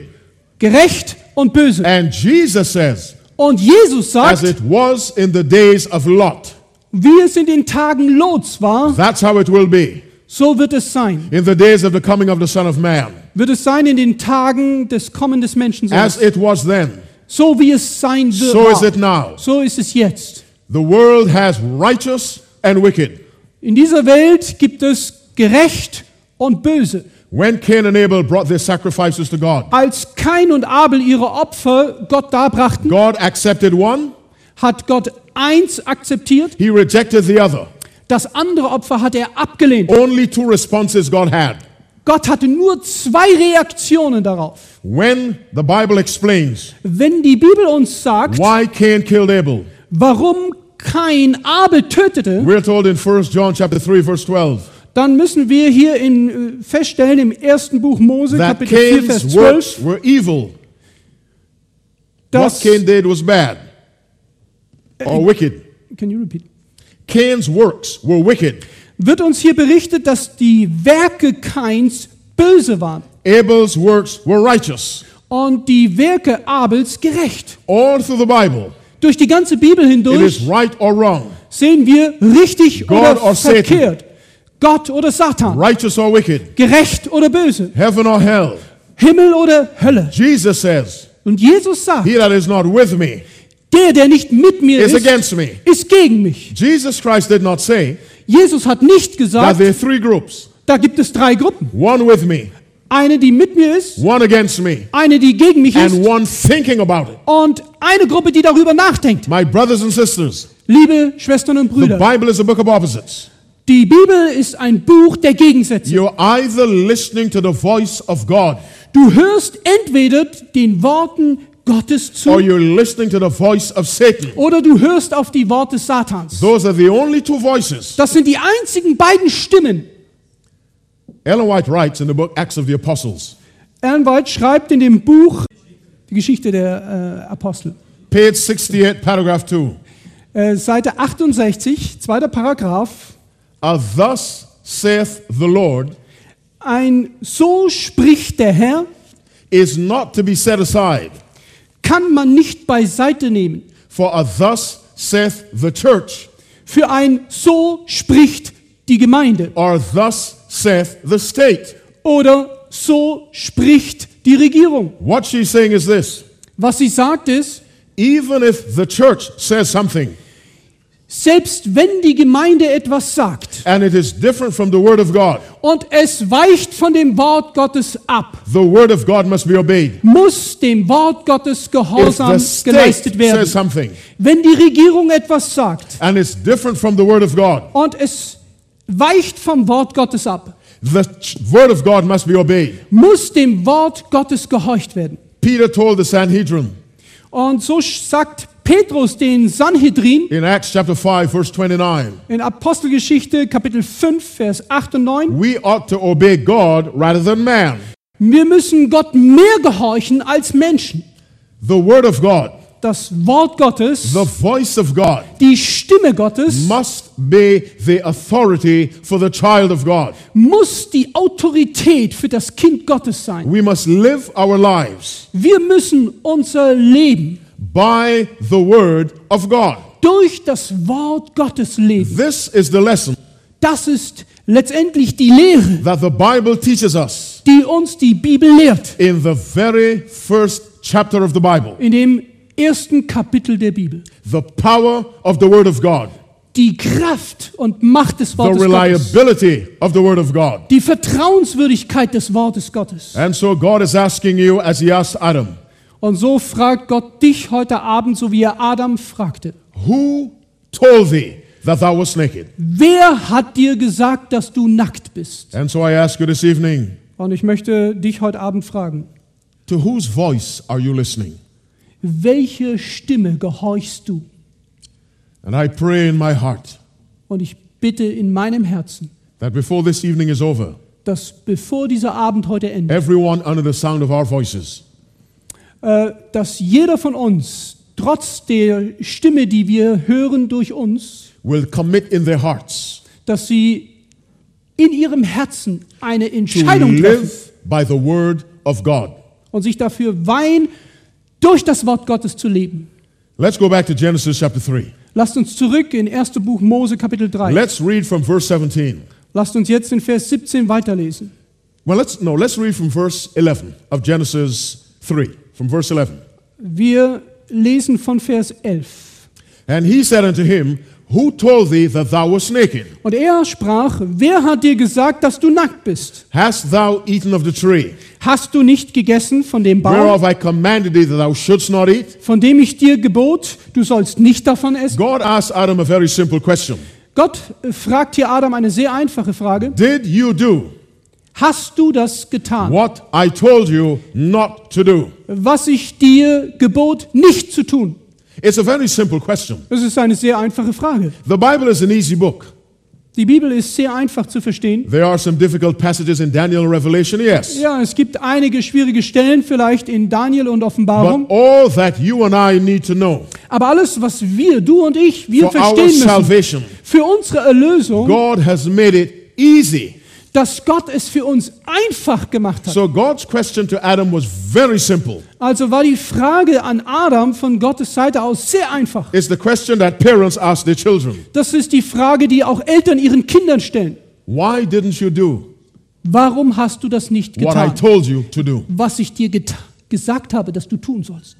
Gerecht und böse. And Jesus says, Und Jesus as sagt, it was in the days of Lot, wie es in den Tagen Lots war, that's how it will be so wird es sein. in the days of the coming of the Son of Man. Wird es sein in den Tagen des Kommen des Menschen. As it was then, So wie es sein wird. Also- so is it now. So ist es jetzt. The world has righteous and wicked. In dieser Welt gibt es gerecht und böse. When Cain and Abel brought their sacrifices to God, Als Kain und Abel ihre Opfer Gott darbrachten, God accepted one, hat Gott eins akzeptiert, he rejected the other. das andere Opfer hat er abgelehnt. Only two responses God had. Gott hatte nur zwei Reaktionen darauf. When the Bible explains Wenn die Bibel uns sagt, why Cain killed Abel, warum Kain Abel tötete, we're told in 1 John chapter 3 verse 12 dann müssen wir hier in, äh, feststellen im ersten Buch Mose that Kapitel 4 Vers Cain's works 12, were evil. What dass Cain did was bad or wicked. Can you repeat? Cain's works were wicked. wird uns hier berichtet, dass die Werke Kains böse waren Abel's works were righteous. und die Werke Abels gerecht. All through the Bible, Durch die ganze Bibel it is hindurch right or wrong, sehen wir richtig God oder or Satan. verkehrt. Gott oder Satan. righteous or wicked, Gerecht oder böse. heaven or hell. Himmel oder Hölle. Jesus says, Und Jesus sagt, He that is not with me der, der nicht mit mir is ist, against me. ist gegen mich. Jesus Christ did not say Jesus hat nicht that gesagt, there are three groups da gibt es drei Gruppen. one with me, Eine, die mit mir ist, one against me, eine, die gegen mich ist and one thinking about it. und eine Gruppe, die darüber nachdenkt. My brothers and sisters, Liebe Schwestern und the Brüder, Bible is a book of opposites. die Bibel ist ein Buch der Gegensätze. You're either listening to the voice of God Du hörst entweder den Worten Gottes or zu you're listening to the voice of Satan. oder du hörst auf die Worte Satans. Those are the only two voices. Das sind die einzigen beiden Stimmen. Ellen White writes in the book Acts of the Apostles, Ernwald schreibt in dem Buch die Geschichte der äh, Apostel, page 68, paragraph 2. äh, Seite 68, zweiter Paragraph, Uh, Thus saith the Lord, ein So spricht der Herr, is not to be set aside. kann man nicht beiseite nehmen. For a thus saith the church, Für ein So spricht die Gemeinde or thus saith the state. oder So spricht die Regierung. What she's saying is this Was sie sagt ist, even if the church says something, Selbst wenn die Gemeinde etwas sagt and it is different from the Word of God. und es weicht von dem Wort Gottes ab, The Word of God must be obeyed. muss dem Wort If Gottes the Gehorsam state geleistet says werden. something Wenn die Regierung etwas sagt and it's different from the Word of God, und es weicht vom Wort Gottes ab, the ch- Word of God must be obeyed. muss dem Wort Gottes gehorcht werden. Peter told the Sanhedrin Und so sagt Petrus den Sanhedrin in Acts chapter 5, verse 29, in Apostelgeschichte Kapitel 5, Vers 8 und 9, we ought to obey God rather than man. wir müssen Gott mehr gehorchen als Menschen. The Word of God, Das Wort Gottes, the voice of God, die Stimme Gottes must be the authority for the child of God. muss die Autorität für das Kind Gottes sein. We must live our lives Wir müssen unser Leben by the Word of God. durch das Wort Gottes leben. This is the lesson Das ist letztendlich die Lehre, that the Bible teaches us die uns die Bibel lehrt, in the very first chapter of the Bible. in dem ersten Kapitel der Bibel. The power of the Word of God, Die Kraft und Macht des the Wortes Gottes. reliability of the Word of God. Die Vertrauenswürdigkeit des Wortes Gottes. And so God is asking you, as He asked Adam, Und so fragt Gott dich heute Abend, so wie er Adam fragte. Who told thee that thou wast naked? Wer hat dir gesagt, dass du nackt bist? And so I ask you this evening, Und ich möchte dich heute Abend fragen, to whose voice are you listening? welche Stimme gehorchst du? And I pray in my heart Und ich bitte in meinem Herzen, that before this evening is over, dass bevor dieser Abend heute endet, everyone under the sound of our voices äh, dass jeder von uns, trotz der Stimme, die wir hören durch uns, will commit in their hearts dass sie in ihrem Herzen eine to Entscheidung treffen. live by the word of God. und sich dafür weihen, durch das Wort Gottes zu leben. Let's go back to Genesis chapter 3. Lasst uns zurück in 1. Buch Mose Kapitel 3. Let's read from verse 17. Lasst uns jetzt in Vers 17 weiterlesen. Well, let's no, let's read from verse 11 of Genesis 3, from verse 11. Wir lesen von Vers 11. And he said unto him, Who told thee that thou wast naked? Und er sprach, wer hat dir gesagt, dass du nackt bist? Hast thou eaten of the tree Hast du nicht gegessen von dem Baum, whereof I commanded thee that thou shouldst not eat? von dem ich dir gebot, du sollst nicht davon essen? God asked Adam a very simple question. Gott fragt hier Adam eine sehr einfache Frage. Did you do Hast du das getan, what I told you not to do? was ich dir gebot, nicht zu tun? It's a very simple question. Das ist eine sehr einfache Frage. The Bible is an easy book. Die Bibel ist sehr einfach zu verstehen. There are some difficult passages in Daniel and Revelation, yes. Ja, es gibt einige schwierige Stellen vielleicht in Daniel und But Offenbarung, all that you and I need to know aber alles was wir, du und ich, wir for our verstehen müssen salvation, für unsere Erlösung, God has made it easy. dass Gott es für uns einfach gemacht hat. So God's question to Adam was very simple. Also war die Frage an Adam von Gottes Seite aus sehr einfach. It's the question that parents ask their children Das ist die Frage, die auch Eltern ihren Kindern stellen. Why didn't you do Warum hast du das nicht what I getan, told you to do? was ich dir geta- gesagt habe, dass du tun sollst?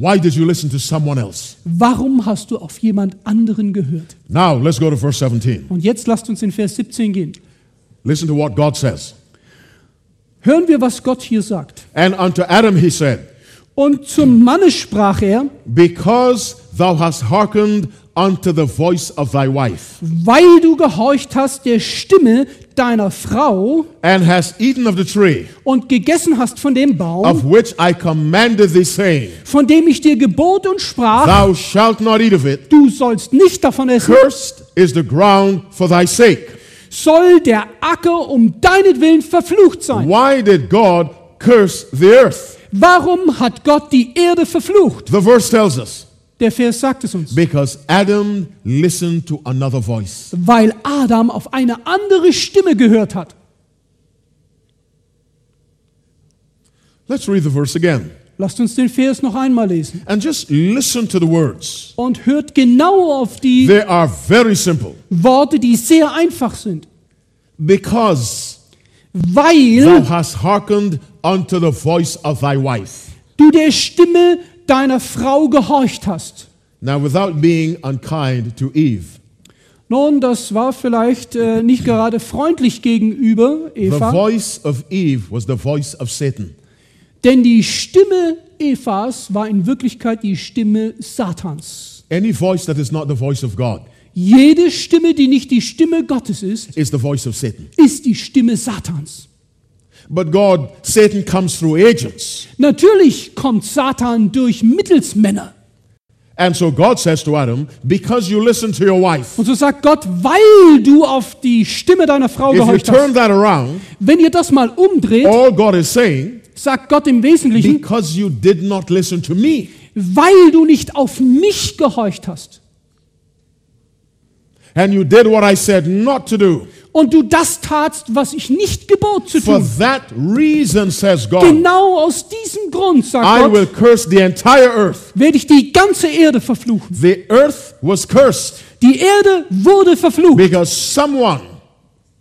Why did you listen to someone else? Warum hast du auf jemand anderen gehört? Now, let's go to verse 17. Und jetzt lasst uns in Vers 17 gehen. Listen to what God says. Hören wir, was Gott hier sagt. And unto Adam he said, Und zum Manne sprach er, Because thou hast hearkened unto the voice of thy wife, weil du gehorcht hast der Stimme deiner Frau and hast eaten of the tree und gegessen hast von dem Baum, of which I commanded thee, saying, von dem ich dir gebot und sprach, Thou shalt not eat of it, du sollst nicht davon essen, cursed is the ground for thy sake. soll der Acker um deinetwillen verflucht sein. Why did God curse the earth? Warum hat Gott die Erde verflucht? The verse tells us, Der Vers sagt es uns. Because Adam listened to another voice. Weil Adam auf eine andere Stimme gehört hat. Let's read the verse again. Lasst uns den Vers noch einmal lesen. And just listen to the words. Und hört genau auf die They are very simple. Worte, die sehr einfach sind. Because thou weil hast hearkened unto the voice of thy wife. du der Stimme deiner Frau gehorcht hast. Now, without being unkind to Eve, Nun, das war vielleicht äh, nicht gerade freundlich gegenüber the Eva, voice of Eve was the voice of Satan. denn die Stimme Evas war in Wirklichkeit die Stimme Satans. Any voice that is not the voice of God Jede Stimme, die nicht die Stimme Gottes ist, is the voice of Satan. ist die Stimme Satans. But God, Satan comes through agents. Natürlich kommt Satan durch Mittelsmänner. And so God says to Adam, Because you listen to your wife, Und so sagt Gott, weil du auf die Stimme deiner Frau if you gehorcht hast. turn Oh. that around, Wenn ihr das mal umdreht, all God is saying, sagt Gott im Wesentlichen, Because you did not listen to me. weil du nicht auf mich gehorcht hast And you did what I said not to do. und du das tatst, was ich nicht gebot zu For tun. that reason, says God, Genau aus diesem Grund, I sagt will Gott, curse the entire earth. werde ich die ganze Erde verfluchen. The earth was cursed Die Erde wurde verflucht, because someone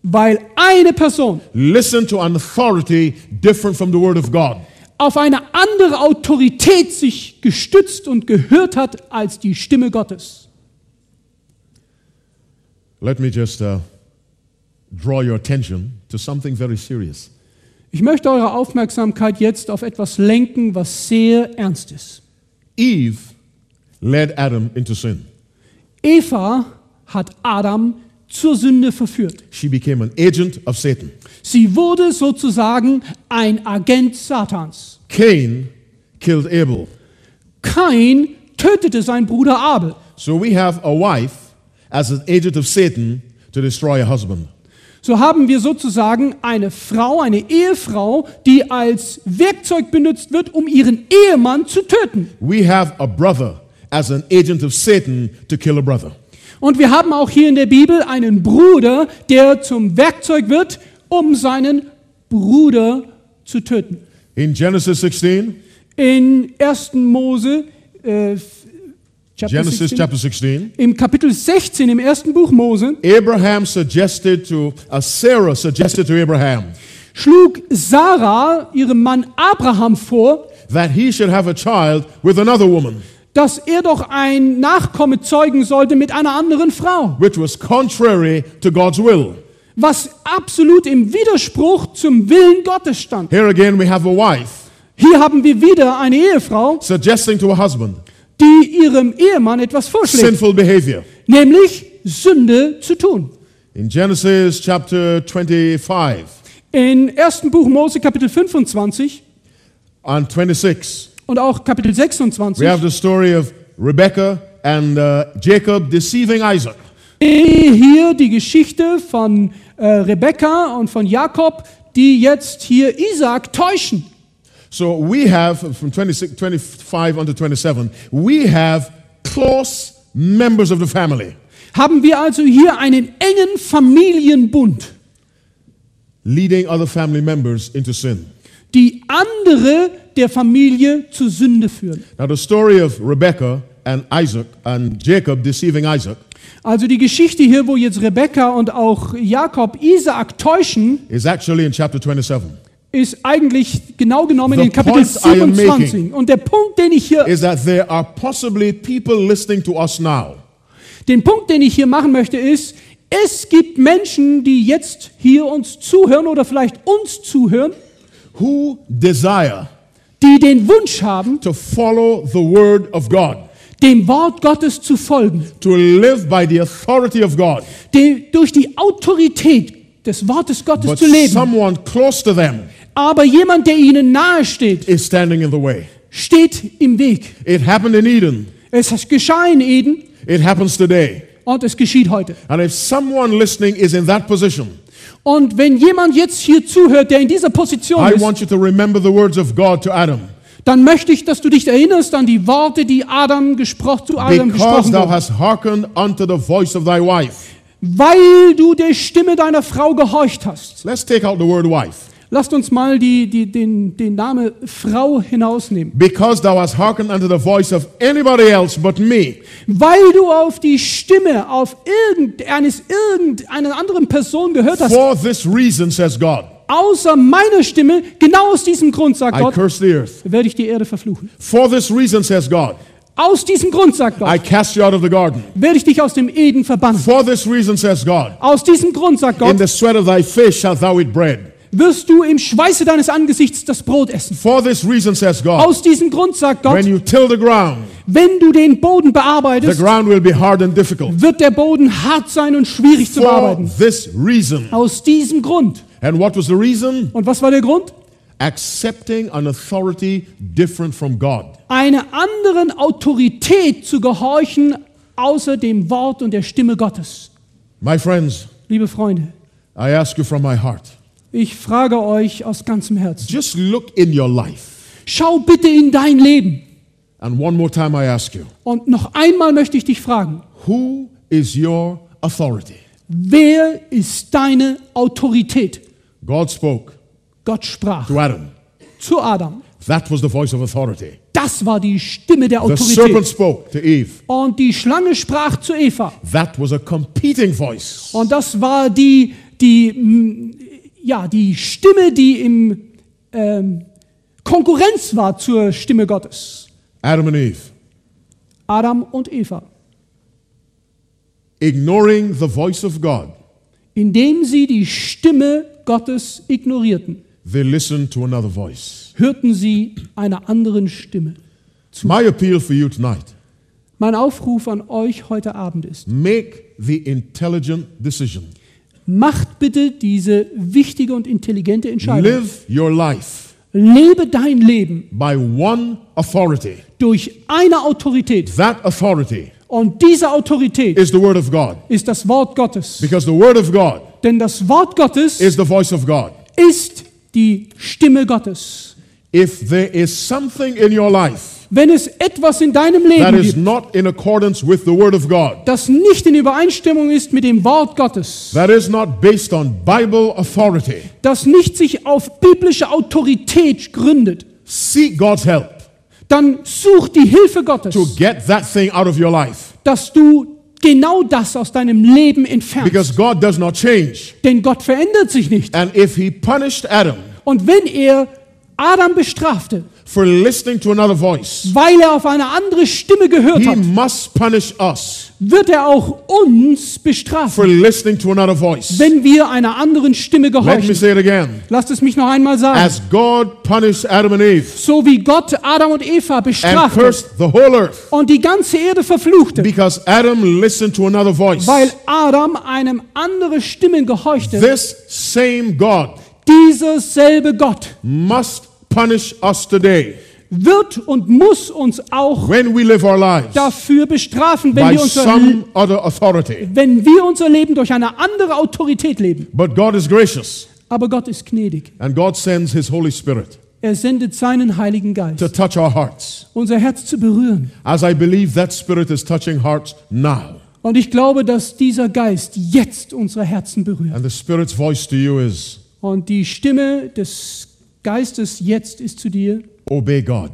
weil eine Person listened to an authority different from the word of God. auf eine andere Autorität sich gestützt und gehört hat als die Stimme Gottes. Let me just uh, draw your attention to something very serious. Ich möchte eure Aufmerksamkeit jetzt auf etwas lenken, was sehr ernst ist. Eve led Adam into sin. Eva hat Adam zur Sünde verführt. She became an agent of Satan. Sie wurde sozusagen ein Agent Satans. Cain killed Abel. Kain tötete seinen Bruder Abel. So we have a wife as an agent of Satan to destroy a husband. So haben wir sozusagen eine Frau, eine Ehefrau, die als Werkzeug benutzt wird, um ihren Ehemann zu töten. We have a brother as an agent of Satan to kill a brother. Und wir haben auch hier in der Bibel einen Bruder, der zum Werkzeug wird, um seinen Bruder zu töten. In Genesis 16, In 1. Mose, äh, Chapter Genesis 16, chapter 16, im Kapitel 16 im ersten Buch Mose, Abraham suggested to, uh, Sarah suggested to Abraham schlug Sarah ihrem Mann Abraham vor, that he should have a child with another woman, dass er doch ein Nachkomme zeugen sollte mit einer anderen Frau, which was contrary to God's will. was absolut im Widerspruch zum Willen Gottes stand. Here again, we have a wife Hier haben wir wieder eine Ehefrau, suggesting to a husband die ihrem Ehemann etwas vorschlägt, sinful behavior. nämlich Sünde zu tun. In Genesis chapter 25 In 1. Buch Mose Kapitel 25 and 26, und auch Kapitel we 26 have the story of Rebekah and uh, Jacob deceiving Isaac. sehe hier die Geschichte von äh, Rebekka und von Jakob, die jetzt hier Isaak täuschen. So we have, from 26, 25 unto 27, we have close members of the family Haben wir also hier einen engen Familienbund, leading other family members into sin. die andere der Familie zur Sünde führen. Now, the story of Rebecca and Isaac and Jacob deceiving Isaac Also die Geschichte hier, wo jetzt Rebekka und auch Jakob Isaak täuschen, is actually in chapter 27. ist eigentlich genau genommen The in Kapitel point I am 27. making Und der Punkt, den ich hier, Is that there are possibly people listening to us now den Punkt, den ich hier machen möchte, ist, es gibt Menschen, die jetzt hier uns zuhören oder vielleicht uns zuhören, who desire die den Wunsch haben, to follow the word of God, dem Wort Gottes zu folgen, to live by the authority of God, die, durch die Autorität des Wortes Gottes but zu leben. someone close to them Aber jemand, der ihnen nahe steht, is standing in the way. steht im Weg. It happened in Eden. Es geschah in Eden It happens today. und es geschieht heute. And if someone listening is in that position, Und wenn jemand jetzt hier zuhört, der in dieser Position I ist, want you to remember the words of God to Adam. dann möchte ich, dass du dich erinnerst an die Worte, die Adam gesprochen, zu Adam Because gesprochen thou wurden. hast hearkened unto the voice of thy wife. Weil du der Stimme deiner Frau gehorcht hast. Let's take out the word wife. Lasst uns mal die, die, den, den Namen Frau hinausnehmen. Because thou hast hearkened unto the voice of anybody else but me, Weil du auf die Stimme auf irgendeines irgendeiner anderen Person gehört hast, for this reason, says God, außer meiner Stimme, genau aus diesem Grund, sagt I Gott, curse the earth. werde ich die Erde verfluchen. For this reason, says God, Aus diesem Grund, sagt I Gott, cast you out of the garden. werde ich dich aus dem Eden verbannen. For this reason, says God, Aus diesem Grund, sagt in Gott, the sweat of thy face shalt thou eat bread. wirst du im Schweiße deines Angesichts das Brot essen. For this reason, says God, Aus diesem Grund, sagt when Gott, you till the ground, wenn du den Boden the bearbeitest, ground will be hard and difficult. wird der Boden hart sein und schwierig zu For bearbeiten. this reason. Aus diesem Grund. And what was the reason? Und was war der Grund? Accepting an authority different from God. Einer anderen Autorität zu gehorchen, außer dem Wort und der Stimme Gottes. My friends, Liebe Freunde, I ask you from my heart ich frage euch aus ganzem Herzen. just look in your life. Schau bitte in dein Leben. And one more time, I ask you Und noch einmal möchte ich dich fragen, who is your authority? wer ist deine Autorität? God spoke Gott sprach to Adam. zu Adam. That was the voice of authority. Das war die Stimme der The serpent Autorität. spoke to Eve. Und die Schlange sprach zu Eva. That was a competing voice. Und das war die, die, mm, ja, die Stimme, die im ähm, Konkurrenz war zur Stimme Gottes. Adam and Eve, Adam und Eva. ignoring the voice of God, Indem sie die Stimme Gottes ignorierten, they listened to another voice. hörten sie einer anderen Stimme. My appeal for you tonight Mein Aufruf an euch heute Abend ist, make the intelligent decision. macht bitte diese wichtige und intelligente Entscheidung. Live your life Lebe dein Leben by one authority. durch eine Autorität. That authority Und diese Autorität is the Word of God. ist das Wort Gottes. Because the Word of God Denn das Wort Gottes is the voice of God. ist die Stimme Gottes. If there is something in your life Wenn es etwas in deinem that Leben is gibt, not in accordance with the Word of God, das nicht in Übereinstimmung ist mit dem Wort Gottes, that is not based on Bible authority, das nicht sich auf biblische Autorität gründet, seek God's help dann such die Hilfe to Gottes, get that thing out of your life. dass du genau das aus deinem Leben Because entfernst. God does not change. Denn Gott verändert sich nicht. And if He punished Adam Und wenn er Adam bestrafte, for listening to another voice, weil er auf eine andere Stimme gehört He hat, must punish us wird er auch uns bestrafen, for listening to another voice. wenn wir einer anderen Stimme Let me gehorchen. say it again. Lasst es mich noch einmal sagen. As God punished Adam and Eve So wie Gott Adam und Eva and bestrafte cursed the whole earth und die ganze Erde verfluchte, because Adam listened to another voice, weil Adam einem andere Stimmen gehorchte, this same God dieser selbe Gott must punish us today wird und muss uns auch when we live our lives dafür bestrafen, wenn by wir unser, some other authority. wenn wir unser Leben durch eine andere Autorität leben. But God is gracious Aber Gott ist gnädig. and God sends His Holy Spirit Er sendet seinen Heiligen to Geist, touch our hearts. unser Herz zu berühren. As I believe that Spirit is touching hearts now. Und ich glaube, dass dieser Geist jetzt unsere Herzen berührt. And the Spirit's voice to you is Und die Stimme des Geistes jetzt ist zu dir. obey God.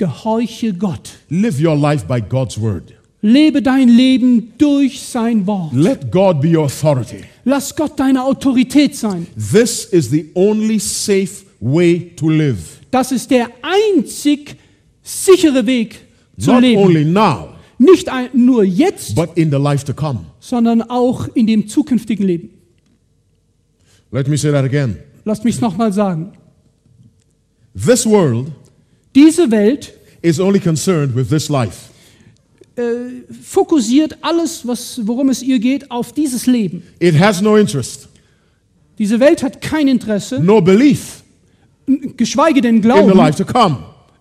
Gehorche Gott. Live your life by God's word. Lebe dein Leben durch sein Wort. Let God be your authority. Lass Gott deine Autorität sein. This is the only safe way to live. Das ist der einzig sichere Weg zu Not leben. only now, Nicht ein, nur jetzt, but in the life to come. sondern auch in dem zukünftigen Leben. Let me say that again. Lasst mich nochmal sagen. This world Diese Welt is only concerned with this life. fokussiert alles, was, worum es ihr geht, auf dieses Leben. It has no interest, Diese Welt hat kein Interesse, no belief geschweige denn in the Glauben, life to come.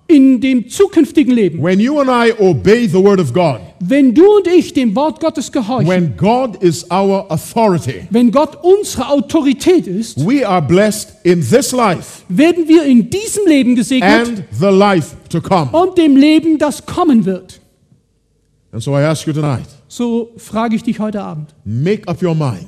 in dem zukünftigen Leben. When you and I obey the word of God, Wenn du und ich dem Wort Gottes gehorchen, when God is our authority, Wenn Gott unsere Autorität ist, we are blessed in this life werden wir in diesem Leben gesegnet and the life to come. und dem Leben, das kommen wird. And so I ask you tonight So frage ich dich heute Abend. make up your mind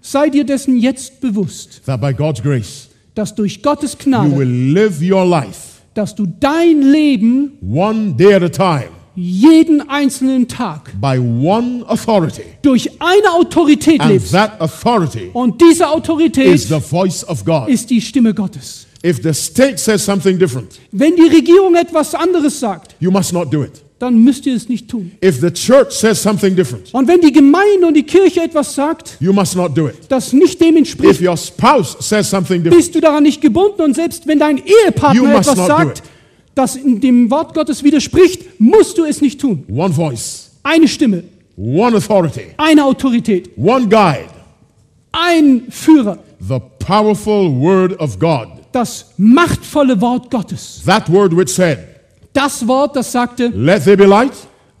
Sei dir dessen jetzt bewusst, that by God's grace, dass durch Gottes you will Gnade, live your life dass du dein Leben one day at a time jeden einzelnen Tag by one authority. durch eine Autorität And lebst. that authority Und diese is Autorität the voice of God. ist die Stimme Gottes. If the state says something different, Wenn die Regierung etwas anderes sagt, you must not do it. dann müsst ihr es nicht tun. If the church says something different, Und wenn die Gemeinde und die Kirche etwas sagt, you must not do it. das nicht dem If entspricht, your spouse says something different, bist du daran nicht gebunden. Und selbst wenn dein You Ehepartner must not etwas do sagt, it. das in dem Wort Gottes widerspricht, musst du es nicht tun. one voice, Eine Stimme, one authority, eine Autorität, one guide, ein Führer, the powerful word of God. das machtvolle Wort Gottes. That word which said, Das Wort, das sagte, Let there be light,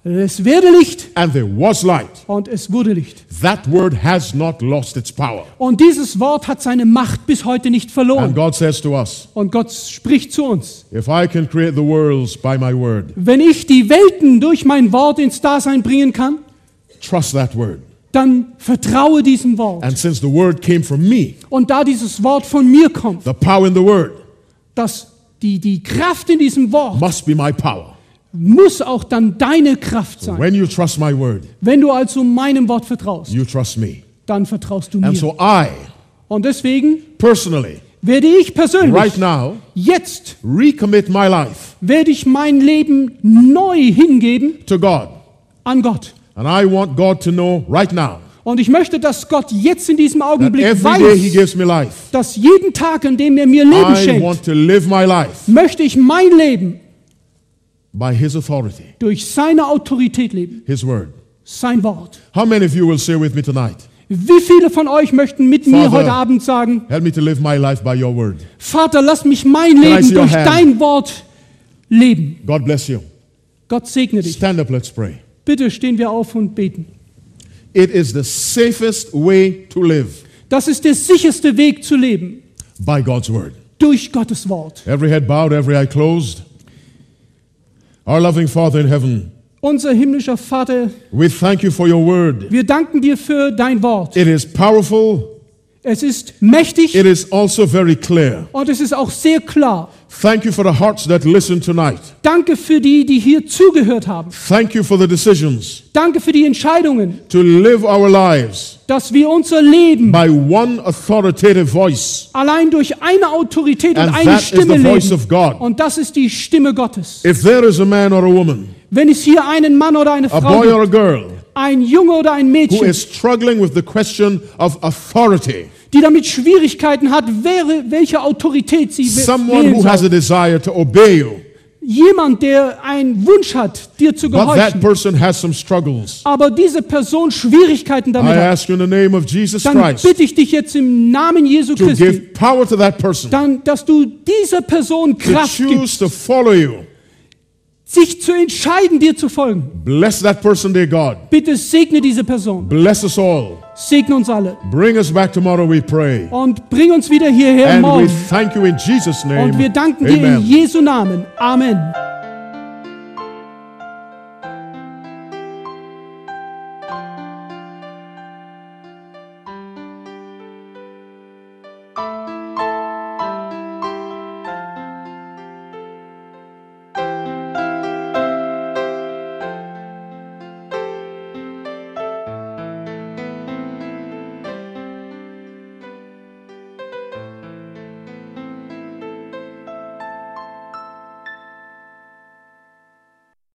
es werde Licht and there was light. und es wurde Licht. That word has not lost its power. Und dieses Wort hat seine Macht bis heute nicht And verloren. God says to us, Und Gott spricht zu uns. If I can create the worlds by my word, Wenn ich die Welten durch mein Wort ins Dasein bringen kann, trust that word. dann vertraue diesem Wort. And since the word came from me, Und da dieses Wort von mir kommt, the power in the word dass die, die Kraft in diesem Wort must be my power. muss auch dann deine Kraft sein. When you trust my word, Wenn du also meinem Wort vertraust, you trust me. dann vertraust du And mir. so I, Und deswegen personally, werde ich right persönlich now, jetzt recommit my life werde ich mein Leben neu hingeben to God. an Gott. And I want God to know right now Und ich möchte, dass Gott jetzt in diesem that Augenblick every day He weiß, gives me life, dass jeden Tag, an dem er mir Leben I schenkt, want to live my life möchte ich mein Leben by His authority, durch seine Autorität leben, His word. sein Wort. How many of you will say with me tonight, Wie viele von euch möchten mit mir Father. heute Abend sagen, Help me to live my life by your word? Vater, lass mich mein I see Leben your durch hand? dein Wort leben. God bless you. Gott segne dich. Stand up, let's pray. Bitte stehen wir auf und beten. It is the safest way to live Das ist der sicherste Weg zu leben, by God's word. durch Gottes Wort. Every head bowed, every eye closed. Our loving Father in heaven, Unser himmlischer Vater, we thank you for your word. wir danken dir für dein Wort. It is powerful, Es ist mächtig it is also very clear. und es ist auch sehr klar. Thank you for the hearts that listen tonight. Danke für die, die hier zugehört haben. Thank you for the decisions Danke für die Entscheidungen, to live our lives dass wir unser Leben by one authoritative voice, allein durch eine Autorität und and eine that is Stimme the voice leben. of God. Und das ist die Stimme Gottes. If there is a man or a woman, Wenn es hier einen Mann oder eine a Frau boy gibt, or a girl ein Junge oder ein who Mädchen, is struggling with the question of authority, die damit Schwierigkeiten hat, wäre, welche Autorität sie we- someone who wählen has a soll. desire to obey you, Jemand, der einen Wunsch hat, dir zu but that gehorchen, person has some struggles. aber diese Person Schwierigkeiten damit I hat, ask you in the name of Jesus dann Christ bitte ich dich jetzt im Namen Jesu to Christi, give power to that person dann, dass du dieser Person to Kraft gibst, choose to follow you. sich zu entscheiden, dir zu folgen. Bless that person, dear God. Bitte segne diese Person. Bless us all. Segne uns alle. Bring us back tomorrow, we pray. Und bring uns wieder hierher And we morgen. thank you in Jesus' name. Und wir danken dir in Amen. Jesu Namen. Amen.